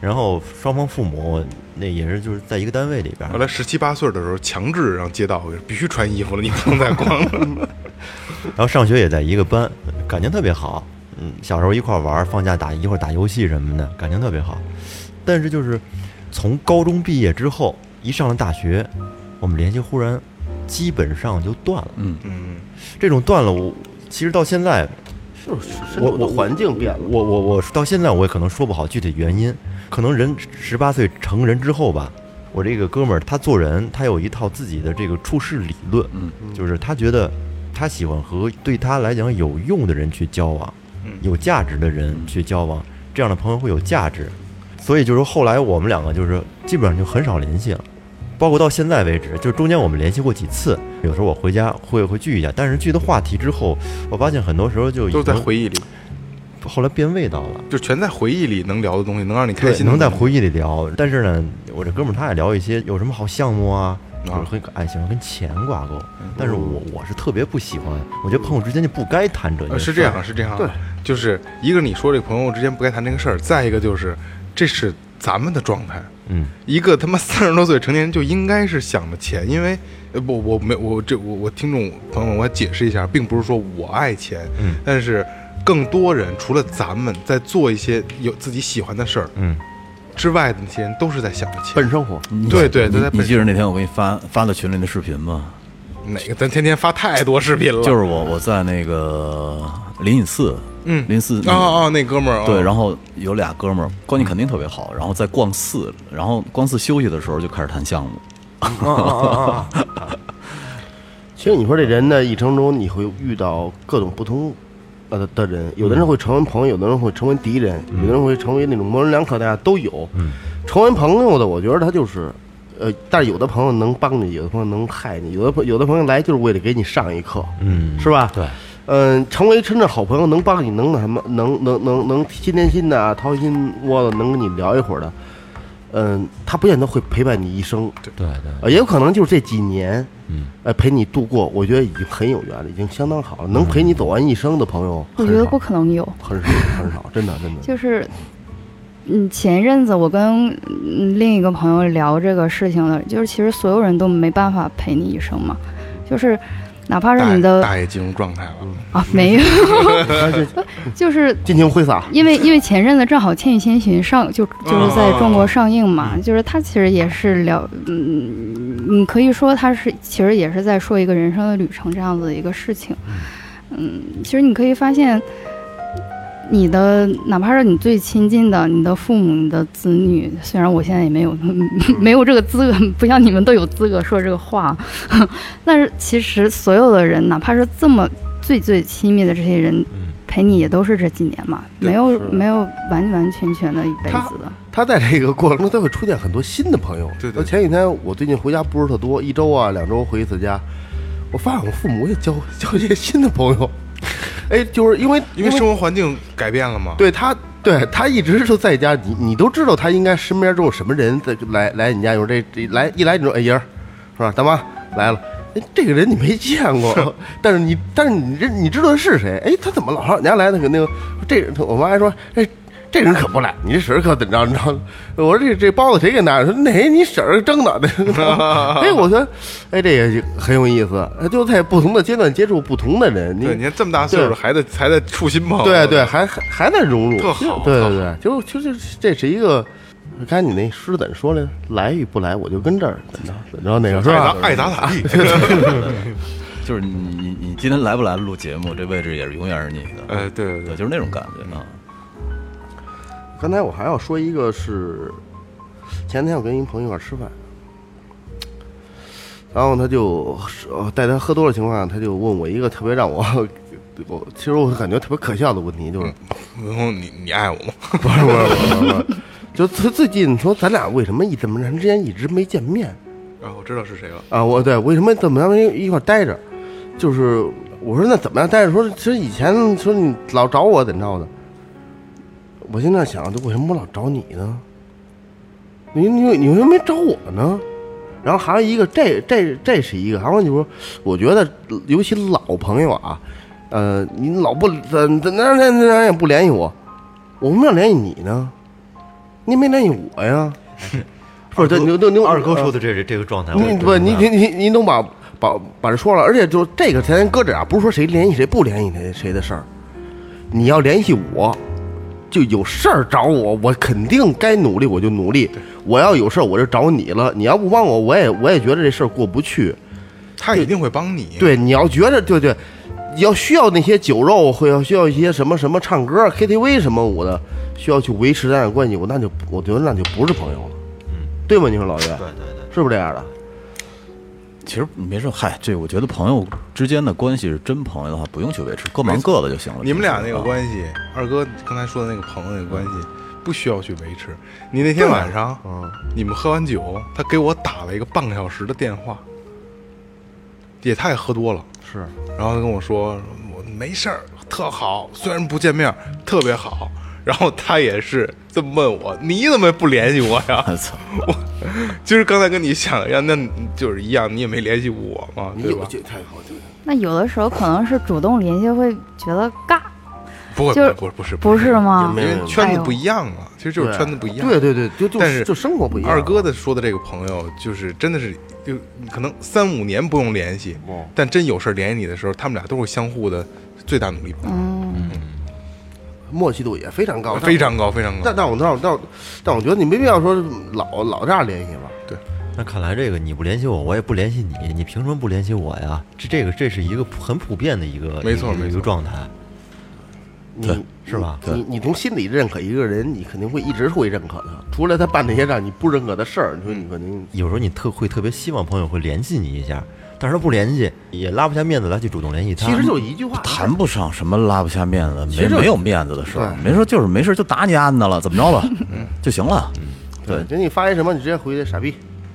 然后双方父母那也是就是在一个单位里边儿后，来十七八岁的时候强制让街道必须穿衣服了，你不能再光 嗯了。然后上学也在一个班，感情特别好。嗯，小时候一块儿玩儿，放假打一块儿打游戏什么的，感情特别好。但是就是从高中毕业之后，一上了大学，我们联系忽然基本上就断了。嗯，这种断了，我其实到现在，就是我我的我环境变了，我我我到现在我也可能说不好具体原因，可能人十八岁成人之后吧，我这个哥们儿他做人，他有一套自己的这个处事理论，嗯，就是他觉得他喜欢和对他来讲有用的人去交往，嗯有价值的人去交往，这样的朋友会有价值，所以就是后来我们两个就是基本上就很少联系了。包括到现在为止，就是中间我们联系过几次，有时候我回家会会聚一下，但是聚的话题之后，我发现很多时候就已都在经回忆里，后来变味道了。就全在回忆里能聊的东西，能让你开对，心的能东西，在回忆里聊。但是呢，我这哥们儿他也聊一些有什么好项目啊，就是很爱喜欢跟钱挂钩。但是我我是特别不喜欢，我觉得朋友之间就不该谈这呃，件事。是这样啊，，是这样啊。对就是一个你说这朋友之间不该谈这个事儿，再一个就是这是咱们的状态。嗯，一个他妈三十多岁成年人就应该是想着钱，因为呃不，我没我这我我听众朋友们，我解释一下，并不是说我爱钱，嗯但是更多人除了咱们在做一些有自己喜欢的事儿，嗯，之外的那些人都是在想着钱奔。生活，你对对你对你记得那天我给你发发到群里的视频吗？哪个？咱天天发太多视频了。就是我我在那个灵隐寺，嗯灵隐寺那哦个哦，那哥们儿哦对，然后有俩哥们儿关系肯定特别好，然后在逛寺，然后逛寺休息的时候就开始谈项目。其实你说这人的一生中，你会遇到各种不同呃的人，有的人会成为朋友，有的人会成为敌人，嗯有的人会成为那种模棱两可的，大家都有。成为朋友的，我觉得他就是，呃，但是有的朋友能帮你，有的朋友能害你，有的朋有的朋友来就是为了给你上一课，嗯，是吧？对。嗯，成为真正好朋友，能帮你，能那什么，能能能能心连心的啊，掏心窝子，能跟你聊一会儿的。嗯，他不见得会陪伴你一生，对对，呃，也有可能就是这几年，嗯，呃，陪你度过，我觉得已经很有缘了，已经相当好了，能陪你走完一生的朋友，嗯我觉得不，可能有。很少，很少，真的，真的， 就是，嗯，前一阵子我跟嗯另一个朋友聊这个事情的，就是其实所有人都没办法陪你一生嘛，就是哪怕大是爷你的大爷进入状态了。啊没有，他是就是尽情挥洒，因为因为前阵子正好《千与千寻》上就就是在中国上映嘛，嗯就是它其实也是聊，嗯，你可以说它是其实也是在说一个人生的旅程这样子的一个事情，嗯，其实你可以发现，你的 哪怕是你最亲近的，你的父母、你的子女，虽然我现在也没有 没有这个资格，不像你们都有资格说这个话， 但是其实所有的人，哪怕是这么最最亲密的这些人嗯，陪你也都是这几年嘛，对没有是的没有完完全全的一辈子的。他在这个过程中，他会出现很多新的朋友。对对那前几天我最近回家不是特多，一周啊两周回一次家，我发现我父母也交 交一些新的朋友。哎，就是因为因为生活环境改变了嘛。对他，对他一直就在家，你你都知道他应该身边都有什么人在来来你家，有时候这这来一来你说哎爷儿，是吧？大妈来了。哎，这个人你没见过，但是你，但是你这你知道他是谁？哎，他怎么老上你家来呢？肯定这人我妈还说，哎，这人可不赖，你这婶儿可怎么着？你知道吗？ 我说这这包子谁给拿的？说哪你婶儿蒸的？ 哎，我说，哎，这也很有意思，哎就在不同的阶段接触不同的人，对，你看这么大岁数对还在还在处新朋友，对对，还还还在融入，特好对特对对，就就是这是一个。刚才你那诗怎么说来着？来与不来，我就跟这儿怎么着怎么着那个是爱咋吧？爱咋 咋地。就是你你你今天来不来录节目，这位置也是永远是你的。呃，对对对，对，就是那种感觉啊。刚才我还要说一个是，前天我跟一朋友一块儿吃饭，然后他就呃带他喝多了情况下，他就问我一个特别让我 我其实我感觉特别可笑的问题，就是 文红，你你爱我吗？不嗯是不是不是不是， 就他最近说咱俩为什么一怎么长时间一直没见面？啊，我知道是谁了。啊，我对为什么怎么样一块儿待着？就是我说那怎么样待着？说其实以前说你老找我怎么着的，我现在想，就为什么我老找你呢？你你你为什么没找我呢？然后还有一个，这这这是一个，还有你说，我觉得尤其老朋友啊，呃，你老不怎怎那那那也不联系我，我为什么要联系你呢？你也没联系我 呀？不是，这牛牛牛二哥呃说的这这个状态，你不，你你你你能把把把这说了，而且就这个咱搁这啊，不是说谁联系谁不联系谁谁的事儿，你要联系我，就有事儿找我，我肯定该努力我就努力，我要有事儿我就找你了，你要不帮我，我也我也觉得这事儿过不去。他一定会帮你。，对，你要觉得对对，你要需要那些酒肉，会要需要一些什么什么唱歌、KTV 什么舞的，需要去维持咱俩关系，我那就我觉得那就不是朋友了，嗯对吗？你说老岳，对对对，是不是这样的？其实你别说，嗨，这我觉得朋友之间的关系是真朋友的话，不用去维持，各忙各哦的就啊行了。你们俩那个系，关系，二哥刚才说的那个朋友那个关系，不需要去维持。你那天晚上，你们喝完酒，他给我打了一个半个小时的电话，也太喝多了。是。然后他跟我说我没事儿，特好，虽然不见面，特别好。然后他也是这么问我，你怎么不联系我 呀？我操，就是刚才跟你想的一样，那你就是一样，你也没联系我嘛，对吧？这太好，这那有的时候可能是主动联系会觉得尬，不会，就是不是，不是， 不是吗因？为圈子不一样啊，其实就是对圈子不一样。对对对，就就但是就生活不一样。二哥的说的这个朋友，就是真的是就可能三五年不用联系，哦嗯但真有事儿联系你的时候，他们俩都会相互的最大努力帮。嗯，默契度也非常高，啊呃非常高，非常高。但但我但我但我但我觉得你没必要说老老这样联系吧。那看来这个你不联系我，我也不联系你，你凭什么不联系我呀？这这个这是一个普很普遍的一个没错一个没一错个状态。你是吧你你从心里认可一个人，你肯定会一直会认可他，除了他办那些让你不认可的事儿，你说嗯你肯定有时候你特会特别希望朋友会联系你一下，但是他不联系，也拉不下面子来去主动联系他。其实就一句话，谈不上什么拉不下面子，其实没就没有面子的事儿，对没说就是没事就打你安的了，怎么着吧，就行了。对，给你发一什么，你直接回去傻逼，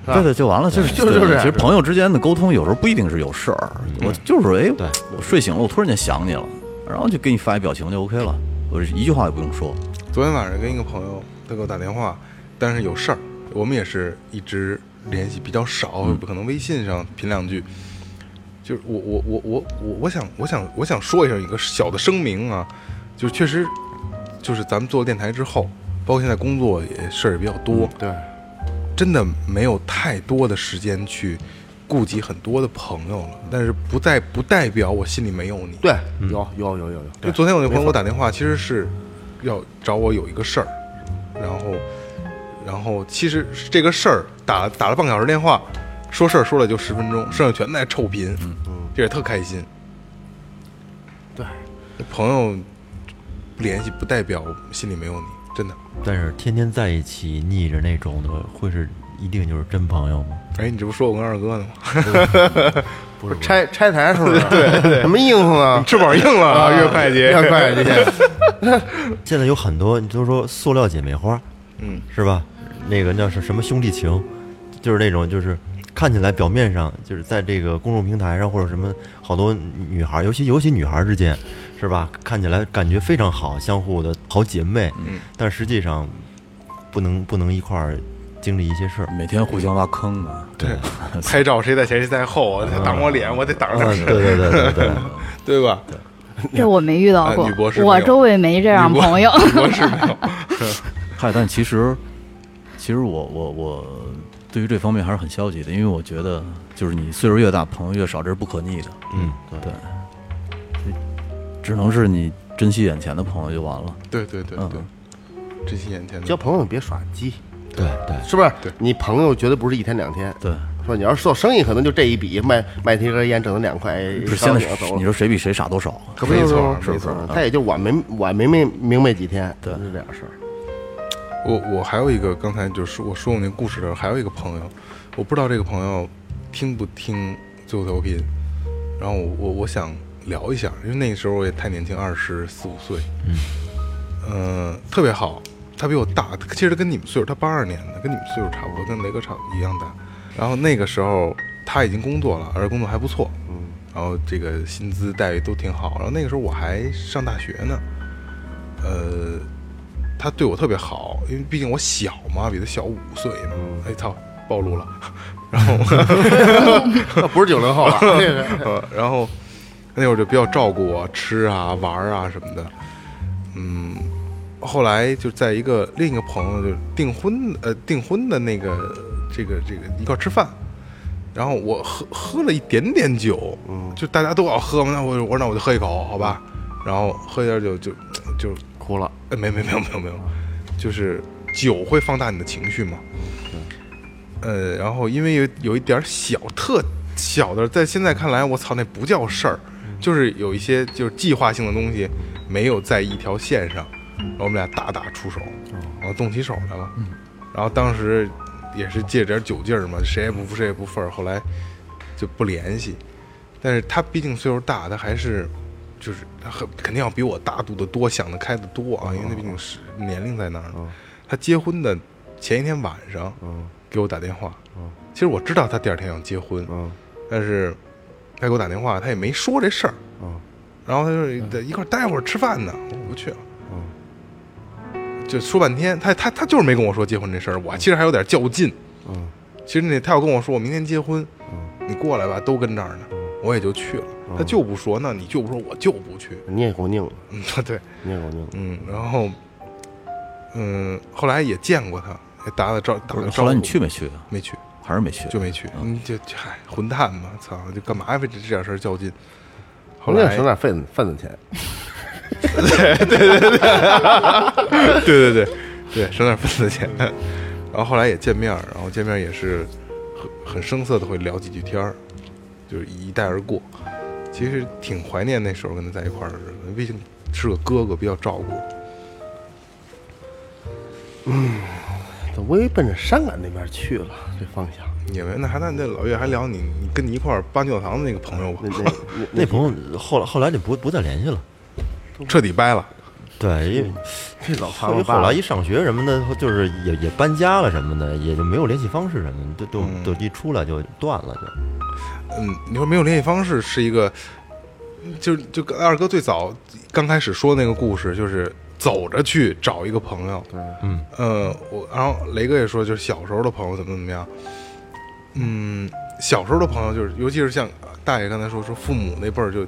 是吧对对，就完了，就是就是对就是这样嗯其实朋友之间的沟通有时候不一定是有事儿，我就是哎对，我睡醒了，我突然间想你了，然后就给你发一表情就 OK 了，我一句话也不用说。昨天晚上跟一个朋友，他给我打电话，但是有事儿，我们也是一直联系比较少，嗯可能微信上拼两句。就是我我我我我我想我想我想说一下一个小的声明啊，就是确实，就是咱们做了电台之后，包括现在工作也事儿也比较多，对，真的没有太多的时间去顾及很多的朋友了。但是不代不代表我心里没有你，对，嗯有有有有有，因为对昨天我那朋友给没我错打电话，其实是要找我有一个事儿，然后，然后其实这个事儿打打了半个小时电话，说事儿说了就十分钟，剩下全在臭贫，这也特开心。嗯对，朋友不联系不代表心里没有你，真的。但是天天在一起腻着那种的，会是一定就是真朋友吗？哎，你这不说我跟二哥呢吗？不是拆拆 台是不是？对，什么应付 啊？翅膀硬了啊，岳会计，越快捷，现在有很多，你都说塑料姐妹花，嗯，是吧？那个叫是什么兄弟情，就是那种就是看起来表面上就是在这个公众平台上或者什么好多女孩，尤其尤其女孩之间，是吧？看起来感觉非常好，相互的好姐妹，嗯，但实际上不能不能一块儿经历一些事儿。每天互相挖坑啊呢，对， 拍照谁在前谁在后啊，他挡我脸，我得挡着 嗯，他，对对对对对，对吧？这我没遇到呃过女博士，没我有周围没这样女博朋友。我是没有，嗨，但其实，其实我我我对于这方面还是很消极的，因为我觉得就是你岁数越大，朋友越少，这是不可逆的。嗯，对，只能是你珍惜眼前的朋友就完了。对对对对嗯，珍惜眼前的交朋友别耍鸡， 对对，是不是嗯对？你朋友绝对不是一天两天。对，说你要是做生意，可能就这一笔卖卖提根烟挣了两块，不是烧现在饼走你了。说谁比谁傻多少？可不就是没错是不是啊没错他也就晚没晚没明明白几天，对是这点事儿。我我还有一个，刚才就是我说我那故事的时候，还有一个朋友，我不知道这个朋友听不听最后调频，然后我我我想聊一下，因为那个时候我也太年轻，二十四五岁，嗯，呃，特别好，他比我大，其实他跟你们岁数，他八二年的，跟你们岁数差不多，跟雷哥差一样大。然后那个时候他已经工作了，而且工作还不错，嗯，然后这个薪资待遇都挺好。然后那个时候我还上大学呢，呃，他对我特别好，因为毕竟我小嘛，比他小五岁呢。哎操，暴露了。然后，那不是九零后了，这个呃然后那会儿就比较照顾我，吃啊、玩儿啊什么的。嗯，后来就在一个另一个朋友就订婚，呃，订婚的那个这个这个一块儿吃饭，然后我喝喝了一点点酒，嗯，就大家都要喝嘛，那我就我说那我就喝一口，好吧，然后喝一点酒就就哭了。哎，没没没有没有没有，就是酒会放大你的情绪嘛。呃，然后因为有有一点儿小特小的，在现在看来，我操，那不叫事儿，就是有一些就是计划性的东西没有在一条线上，然后我们俩大打出手，然后动起手来了。然后当时也是借点酒劲儿嘛，谁也不服谁也不忿儿，后来就不联系。但是他毕竟岁数大，他还是就是他很肯定要比我大度的多，想得开的多啊，因为他嗯毕竟是年龄在那儿呢。他结婚的前一天晚上嗯给我打电话嗯，其实我知道他第二天要结婚，嗯但是他给我打电话，他也没说这事儿，嗯然后他就在一块儿待会儿吃饭呢，我不去了。嗯就说半天，他他他就是没跟我说结婚这事儿，我其实还有点较劲。嗯其实那他要跟我说我明天结婚，嗯，你过来吧，都跟这儿呢，我也就去了。他就不说，那你就不说，我就不去。你也够拧的，嗯，对，你也够拧的。嗯，然后，嗯，后来也见过他，也打打招打不打是，招后呼。来你去没去？没去？还是没去？就没去。嗯你就就嗨，混蛋嘛！操，就干嘛非这这点事儿较劲？后 那来省点份子份子钱，对对对对，省点份子钱。 然后后来也见面儿，然后见面也是很很生涩的会聊几句天儿，就是一带而过。其实挺怀念那时候跟他在一块儿的日子，毕竟是个哥哥，比较照顾。我也奔着山感那边去了，这方向。也没那还那那老岳还聊你你跟你一块儿扒尿堂的那个朋友吧那，那那朋友后来后来就不不再联系了。彻底掰了。对，因为这老后来方后法来一上学什么的，就是也也搬家了什么的，也就没有联系方式什么的，都嗯都都一出来就断了就。嗯，你说没有联系方式是一个，就就跟二哥最早刚开始说那个故事，就是走着去找一个朋友。对，嗯，呃，我然后雷哥也说，就是小时候的朋友怎么怎么样。嗯，小时候的朋友就是，尤其是像大爷刚才说说父母那辈儿就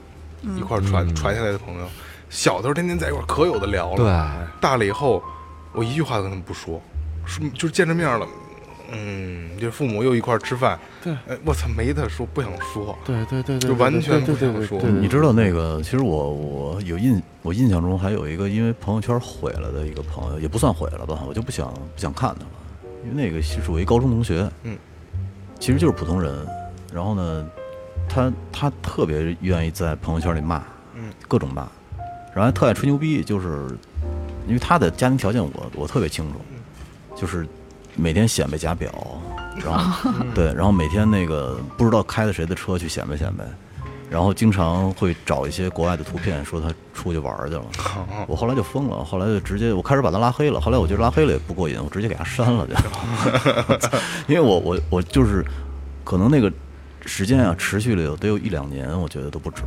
一块儿传、传下来的朋友，小的时候天天在一块儿可有的聊了。嗯对，大了以后，我一句话都跟他们不说，是就是见着面了，嗯，就是父母又一块儿吃饭，对，哎，我操，没得说，不想说，对对对对，就完全对不对想对说对对你知道那个，其实我我有印，我印象中还有一个因为朋友圈毁了的一个朋友，也不算毁了吧，我就不想不想看他了，因为那个是我一高中同学，嗯，其实就是普通人，然后呢，他他特别愿意在朋友圈里骂，嗯，各种骂，然后还特爱吹牛逼，就是因为他的家庭条件我我特别清楚，就是每天显摆假表，然后对，然后每天那个不知道开的谁的车去显摆显摆，然后经常会找一些国外的图片说他出去玩儿去了。我后来就疯了，后来就直接我开始把他拉黑了，后来我觉得拉黑了也不过瘾，我直接给他删了就， 因为我我我就是可能那个时间啊持续了有得有一两年，我觉得都不止。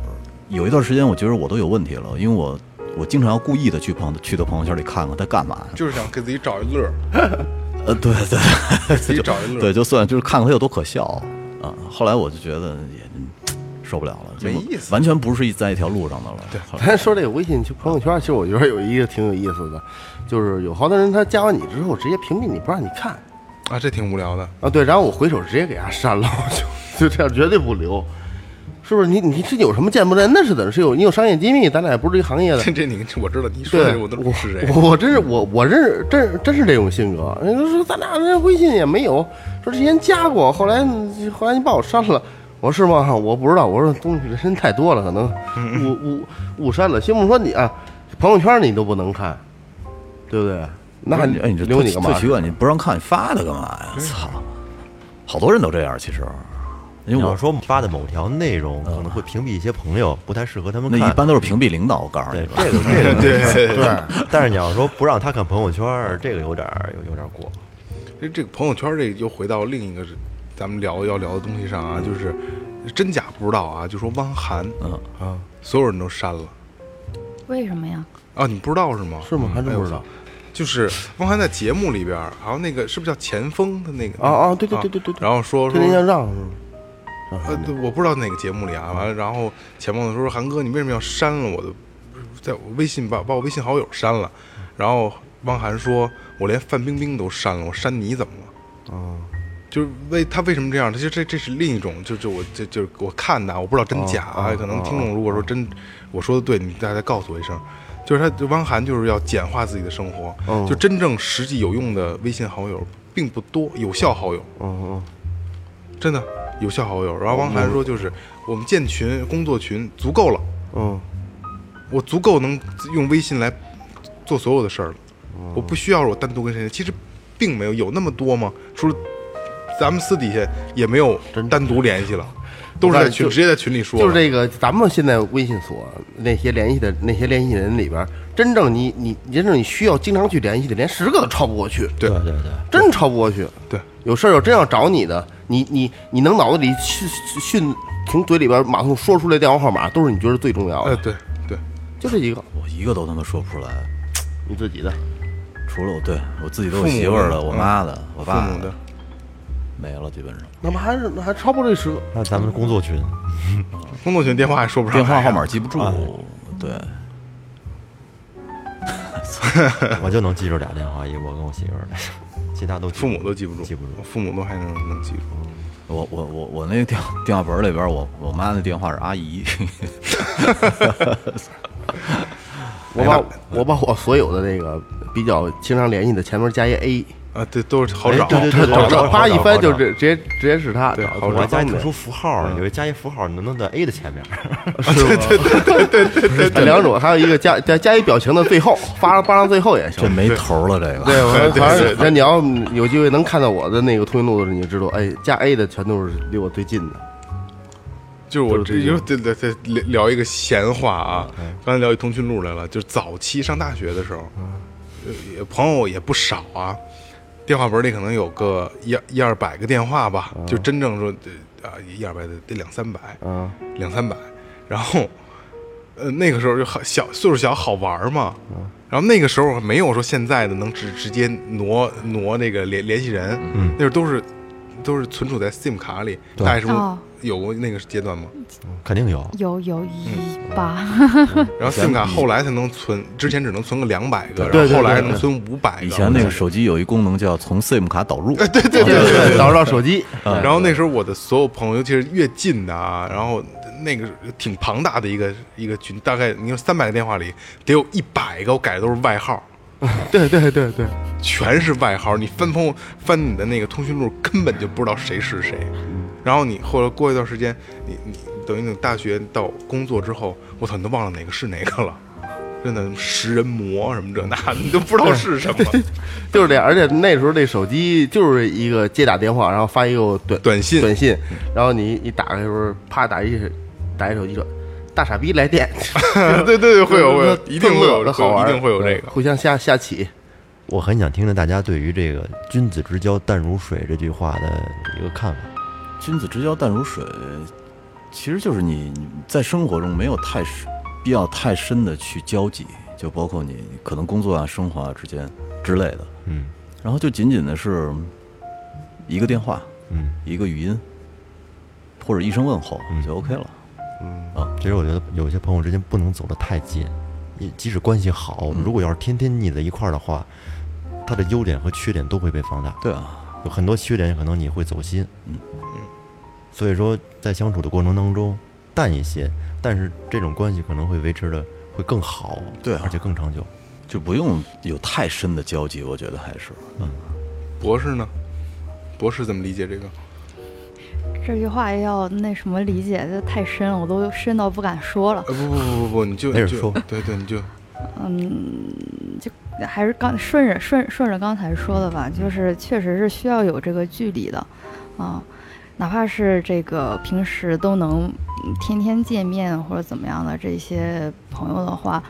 有一段时间我觉得我都有问题了，因为我我经常要故意的去朋去他朋友圈里看看他干嘛， 就是想给自己找一乐儿，呃对对。自己找一乐儿，对，就算就是看看他有多可笑啊。后来我就觉得也受不了了，就没意思完全不是一在一条路上的了。对，咱说这个微信去朋友圈，其实我觉得有一个挺有意思的，就是有好多人他加完你之后直接屏蔽你，不让你看啊，这挺无聊的，啊。对，然后我回手直接给他删了，就就这样绝对不留，是不是？你你这有什么见不得人的事的？是有你有商业机密，咱俩也不是一行业的这。这你我知道，你说对，的我都是谁， 我我真是我我认识真真是这种性格。人家说咱俩这微信也没有，说之前加过，后来你后来你把我删了。我说是吗？我不知道。我说东西真太多了，可能嗯误误误删了。心目说你啊，朋友圈你都不能看，对不对？那你哎，你这留你特干嘛特？奇怪，你不让看，你发它干嘛呀？操，好多人都这样，其实，因你为要我说发的某条内容嗯可能会屏蔽一些朋友，不太适合他们那看。一般都是屏蔽领导，我告诉你对吧。这个这个对对，但是你要说不让他看朋友圈儿，这个有点儿有有点儿过。这这个朋友圈这又回到另一个咱们聊要聊的东西上啊，就是真假不知道啊，就说汪涵，嗯啊，所有人都删了为什么呀？啊，你不知道是吗？是吗？还真哎不我知道操。就是汪涵在节目里边儿，还有那个是不是叫前锋的那个哎啊啊！对对对对对对，然后说对说林向让嗯是吗？呃，对，我不知道哪个节目里啊，完了，然后前朋友说韩哥，你为什么要删了我的，在我微信把把我微信好友删了，然后汪涵说，我连范冰冰都删了，我删你怎么了？啊就是为他为什么这样？他就这这是另一种，就就我这就是我看的啊，我不知道真假啊，可能听众如果说真我说的对，你大家告诉我一声。就是他汪涵就是要简化自己的生活，嗯就真正实际有用的微信好友并不多，有效好友嗯真的有效好友。然后汪涵说，就是我们建群、工作群足够了，嗯嗯我足够能用微信来做所有的事儿了，我不需要我单独跟谁。其实并没有有那么多吗？除了咱们私底下也没有真单独联系了，都是在群就直接在群里说了，就是这个，咱们现在微信所那些联系的那些联系人里边儿，真正你你真正你需要经常去联系的，连十个都超不过去，对对对，真超不过去。对，有事儿要真要找你的，你你你能脑子里迅迅从嘴里边马上说出来电话号码，都是你觉得最重要呃的，对对，就这几个，我一个都他妈说不出来，你自己的。除了我对我自己都有父母媳妇儿了，的我嗯妈的，我父爸母的，没了，基本上那不还是那还超不过这十个？那咱们工作群，工作群电话也说不上电来话啊号码记不住啊，对，我就能记住俩电话，一我跟我媳妇儿， 其他都记父母都记不住，记不住。父母都还能能记住。我我我我那电电话本儿里边儿，我我妈的电话是阿姨，我把我哎把我所有的这个比较经常联系的前面加一 A，啊，对，都是好找，哎对对对找对好着找啪好一找翻好就找直直接直接是他，对找好嗯我找还加一方特便殊符号，有一加一符号能不能在 A 的前面？ 啊两种，还有一个加加加一表情的最后发发上最后也这行。没头儿了，这个对，我反正那你要有机会能看到我的那个通讯录的时候，你就知道，哎，加 A 的全都是离我最近的。就是我这对对又对对对聊聊一个闲话啊，刚才聊起通讯录来了，就是早期上大学的时候，呃也朋友也不少啊，电话本里可能有个一二一二百个电话吧，就真正说呃啊一二百得得两三百，嗯，两三百，然后呃那个时候就好小岁数小好玩嘛，然后那个时候没有说现在的能直直接挪挪那个联联系人，那时候都是都是存储在 SIM 卡里，大概是不是哦有过那个阶段吗？ 肯定有，有有嗯一吧，然后 SIM 卡后来才能存，之前只能存个两百个，对然后后对来对能存五百个。以前那个手机有一功能叫从 SIM 卡导入，对哎对对对，找找手机，然后那时候我的所有朋友，尤其是越近的啊，然后那个挺庞大的一个一个群，大概你有三百个电话里，得有一百个我改的都是外号，对对对对，全是外号。你翻朋友翻你的那个通讯录，根本就不知道谁是谁。然后你后来过一段时间，你你等于你大学到工作之后，我操，你都忘了哪个是哪个了。真的食人魔什么这那，你都不知道是什么。 就是这样。而且那时候那手机就是一个接打电话，然后发一个短短信短信，然后你一打开的时候，啪打一打一手机说。大傻逼来电， 对对对，会有会 有，一定会有，的会好有一玩，定会有这个。互相下下棋，我很想听听大家对于这个“君子之交淡如水”这句话的一个看法。君子之交淡如水，其实就是你你在生活中没有太深必要太深的去交集，就包括你可能工作啊、生活啊之间之类的，嗯然后就仅仅的是一个电话、嗯，一个语音或者一声问候嗯就 OK 了。其实我觉得有些朋友之间不能走得太近，你即使关系好，如果要是天天腻在一块儿的话，他的优点和缺点都会被放大。对啊，有很多缺点，可能你会走心。嗯所以说在相处的过程当中淡一些，但是这种关系可能会维持的会更好，对啊而且更长久。就不用有太深的交集，我觉得还是博士呢？博士怎么理解这个？ 这句话要那什么理解，这太深了，我都深到不敢说了。呃，不不不不不，你就没你人就说对对，你就还是刚顺着顺顺着刚才说的吧，就是确实是需要有这个距离的，啊，哪怕是这个平时都能嗯天天见面或者怎么样的这些朋友的话，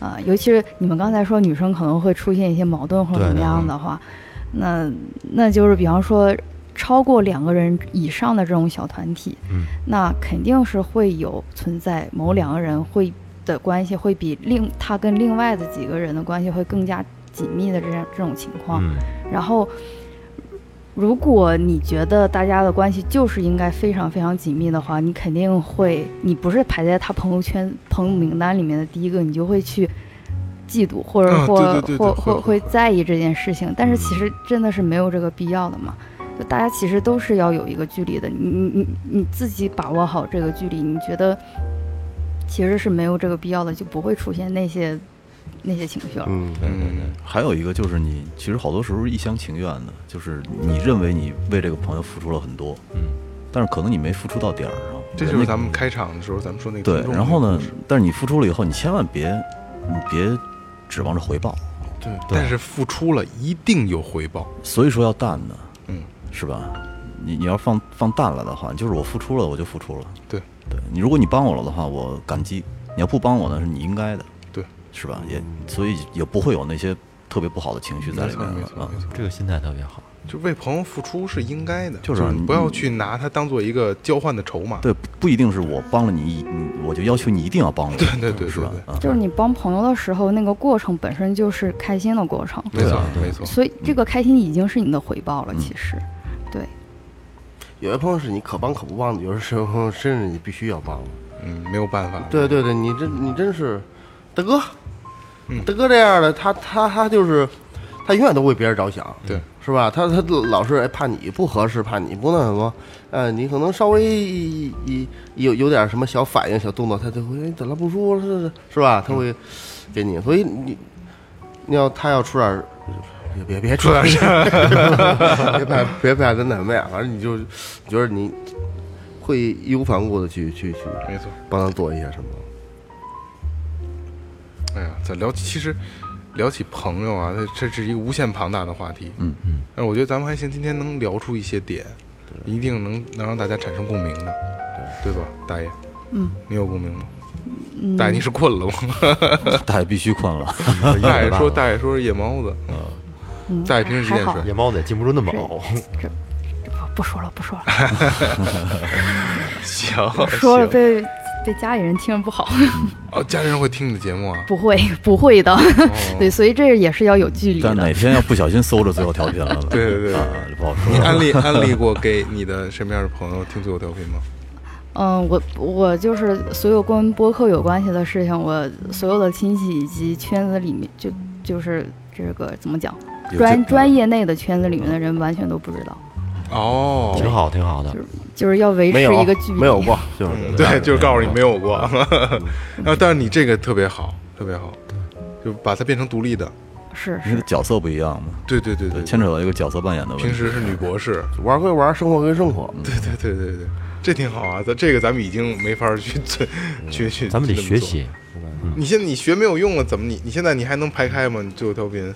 呃，尤其是你们刚才说女生可能会出现一些矛盾或者对怎么对样嗯的话，那那就是比方说超过两个人以上的这种小团体，嗯那肯定是会有存在某两个人会的关系会比另他跟另外的几个人的关系会更加紧密的这样这种情况。嗯，然后，如果你觉得大家的关系就是应该非常非常紧密的话，你肯定会，你不是排在他朋友圈朋友名单里面的第一个，你就会去嫉妒或者啊或、对对对对或会或会会在意这件事情。但是其实真的是没有这个必要的嘛。就大家其实都是要有一个距离的，你你你你自己把握好这个距离，你觉得其实是没有这个必要的，就不会出现那些那些情绪了。嗯，嗯，还有一个就是你其实好多时候一厢情愿的，就是你认为你为这个朋友付出了很多，嗯，但是可能你没付出到点儿上，这人就是家咱们开场的时候咱们说那个对听，众然后那呢个故事？但是你付出了以后，你千万别，你别指望着回报，对，但是付出了一定有回报，所以说要淡的，嗯，是吧？你你要放放淡了的话，就是我付出了，我就付出了。对，对你，如果你帮我了的话，我感激；你要不帮我呢，是你应该的，对，是吧？也所以也不会有那些特别不好的情绪在没里错面没了错啊没。错，这个心态特 别好。就为朋友付出是应该的，就是不要去拿它当做一个交换的筹码。对，不不一定是我帮了你，你我就要求你一定要帮我，对对对是吧对？啊，就是你帮朋友的时候，那个过程本身就是开心的过程，没错对没错，所以这个开心已经是你的回报了。其实，对，有些朋友是你可帮可不帮的，有的时候甚至你必须要帮。嗯，没有办法。对对对，你这你真是，大哥，大哥这样的，他他他就是，他永远都为别人着想，对，是吧？他他老是哎怕你不合适，怕你不那什么，呃，你可能稍微一一有有点什么小反应、小动作，他就会哎怎么不舒服了是是吧？他会给你，所以你你要他要出点儿，也别别出出 点点事儿， 别怕别怕跟奶妹啊，反正你就觉得你会义无反顾的去去去没错。帮他做一些什么。哎呀，咱聊其实聊起朋友啊，这这是一个无限庞大的话题。嗯嗯。但是我觉得咱们还行，今天能聊出一些点，一定能能让大家产生共鸣的，对吧，大爷？嗯，你有共鸣吗？大爷，你是困了吗？大爷必须困了。哎大哎爷说，大爷说是啊夜猫子。嗯大爷平时几还点好睡？野猫子也禁不住那 么熬，不不说了，不说了， 行，说了行被被家里人听着不好。 哦，家里人会听你的节目啊？不会，不会的。哦对，所以这也是要有距离 但的。哪天要不小心搜着最后调频了， 对对对对啊，就不好你说了。安利安利过给你的身边的朋友听最后调频吗？嗯，我我就是所有跟播客有关系的事情，我所有的亲戚以及圈子里面，就就是这个怎么讲，有专这专业内的圈子里面的人完全都不知道，哦，挺好，挺好的。就是要维持没有一个距离。没有过，就是嗯对，就是告诉你没有过。嗯 然后，但是你这个特别好，特别好，就把它变成独立的。是你是的，角色不一样嘛，对对对对，对，牵扯到一个角色扮演的问题。平时是女博士，玩归玩，生活归生活，对对对对对，这挺好啊。咱这个咱们已经没法去去去去，嗯咱们得去这么学做。习，你现在你学没有用了，怎么你你现在你还能排开吗？你最后调频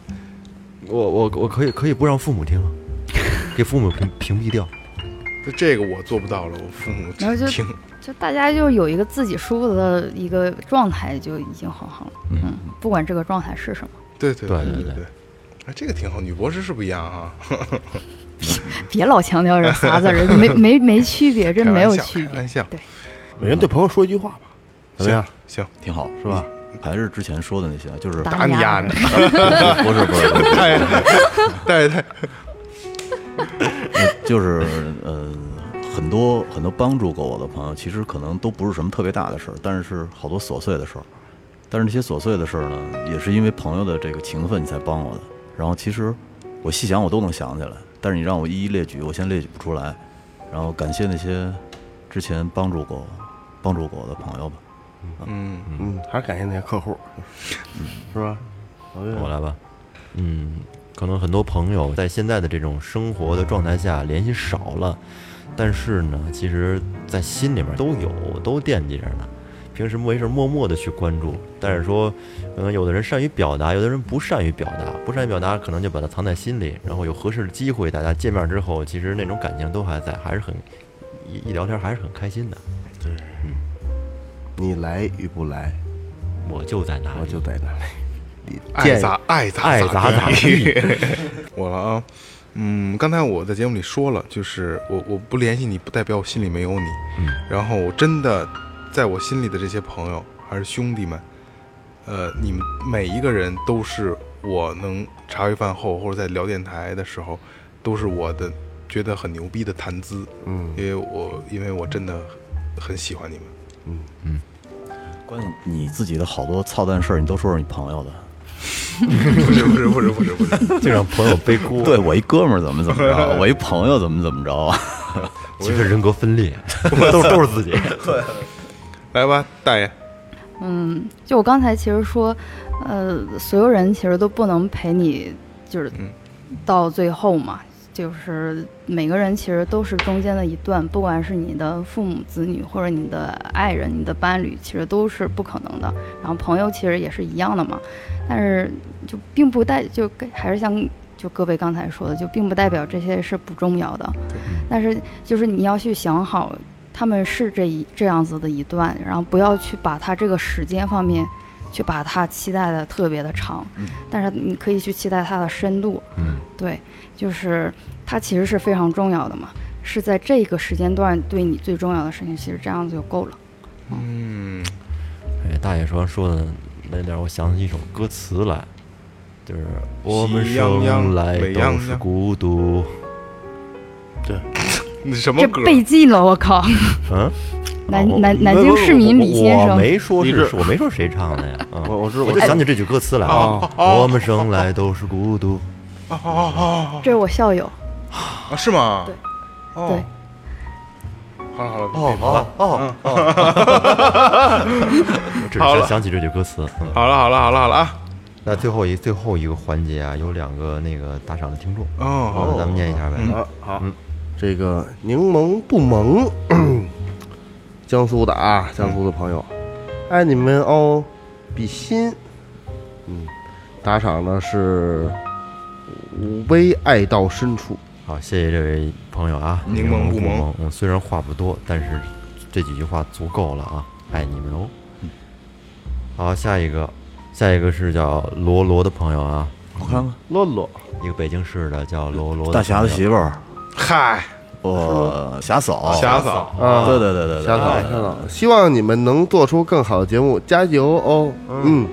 我我我可以可以不让父母听 啊，给父母屏屏蔽 掉。就这个我做不到了，我父母然后就听就大家就有一个自己舒服的一个状态就已经很好了。嗯，不管这个状态是什么，对对对对对对。啊，这个挺好，女博士是不一样啊，别老强调这仨字 儿，没没没区别，这开玩没有笑区开别玩。笑，每人对朋友说一句话吧，怎么样？行，挺好，是吧？嗯还是之前说的那些，就是打打你丫 压的，不是不是，不是太太太，就是呃，很多很多帮助过我的朋友，其实可能都不是什么特别大的事儿，但是是好多琐碎的事儿。但是这些琐碎的事儿呢，也是因为朋友的这个情分，你才帮我的。然后其实我细想，我都能想起来，但是你让我一一列举，我先列举不出来。然后感谢那些之前帮助过我、帮助过我的朋友吧。嗯，嗯，还是感谢那些客户，是吧？老岳我来吧，嗯，可能很多朋友在现在的这种生活的状态下联系少了，但是呢，其实，在心里面都有，都惦记着呢。平时没事默默的去关注，但是说，可能有的人善于表达，有的人不善于表达，不善于表达可能就把它藏在心里，然后有合适的机会，大家见面之后，其实那种感情都还在，还是很一一聊天还是很开心的。你来与不来，我就在哪里，我就在那里。爱咋爱咋爱咋咋地， 我了啊，嗯，刚才我在节目里说了，就是我我不联系你，不代表我心里没有你，嗯，然后我真的在我心里的这些朋友还是兄弟们，呃，你们每一个人都是我能茶余饭后或者在聊电台的时候，都是我的觉得很牛逼的谈资，嗯因为我因为我真的很喜欢你们， 关键你自己的好多操蛋事儿，你都说是你朋友的。不是不是不是不是 不是， 就让朋友背锅， 对我一哥们儿怎么怎么 着，我一朋友怎么怎么着啊？其实人格分裂，都是都是自己。来吧，大爷，嗯，就我刚才其实说，呃，所有人其实都不能陪你，就是嗯到最后嘛，就是每个人其实都是中间的一段，不管是你的父母、子女，或者你的爱人、你的伴侣，其实都是不可能的。然后朋友其实也是一样的嘛，但是就并不代就跟还是像就各位刚才说的，就并不代表这些是不重要的，但是就是你要去想好，他们是这一这样子的一段，然后不要去把它这个时间方面去把它期待的特别的长，但是你可以去期待它的深度，嗯，对，就是它其实是非常重要的嘛，是在这个时间段对你最重要的事情，其实这样子就够了。嗯，哎，大爷说说的那点，儿，我想起一首歌词来，就是我们生来都是孤独。你什么这歌？背记了，我靠！嗯，南我南南京市民李先我生，没说李志是，是我没说谁唱的呀。我嗯，我知道，我我就知道想起这句歌词来了。我们生来都是孤独。这是我校友，啊，是吗？对哦，对好了好了，哦哦哦哦！我只是好想了想起这句歌词。嗯，好了好了好了好了啊！那最后一最后一个环节啊，有两个那个打赏的听众，哦好，咱们念一下呗。啊，好，这个柠檬不萌， 江苏的啊，江苏的朋友，爱你们哦，比心，嗯，打赏的是五杯爱到深处，好，谢谢这位朋友啊，柠檬不不萌萌。嗯，虽然话不多，但是这几句话足够了啊，爱你们哦。好，下一个，下一个是叫罗罗的朋友啊，我看看洛洛，一个北京市的叫罗罗大侠的媳妇。妇儿，嗨，我侠呃嫂，霞嫂，啊对对对对对，小草，小草，希望你们能做出更好的节目，加油哦，嗯，嗯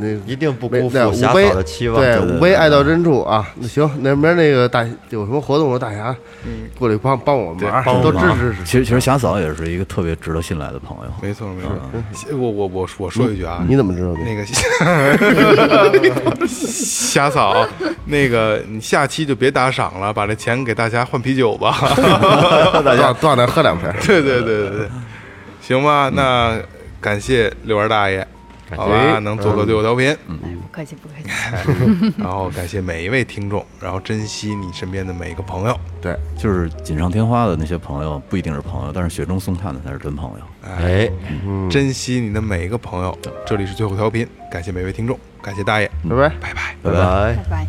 那一定不没辜那负五侠杯嫂的期望。对，对对五杯爱到深处啊！那行，那边那个大有什么活动，大侠过来帮帮我们忙，帮我都们支忙持支持。其实其实霞嫂也是一个特别值得信赖的朋友，没错没错。啊我我我我说一句啊，嗯你怎么知道的？那个 霞啊嫂，那个你下期就别打赏了，把这钱给大家换啤酒 吧。大 家多少咱喝两瓶。对对对对对，行吧，那感谢遛弯大爷，好吧，能做客对我调频，嗯哎不客气不客气。然后感谢每一位听众，然后珍惜你身边的每一个朋友。对，就是锦上添花的那些朋友不一定是朋友，但是雪中送炭的才是真朋友。哎，嗯珍惜你的每一个朋友。这里是最后调频，感谢每位听众，感谢大爷，拜拜。拜拜。拜拜。拜拜。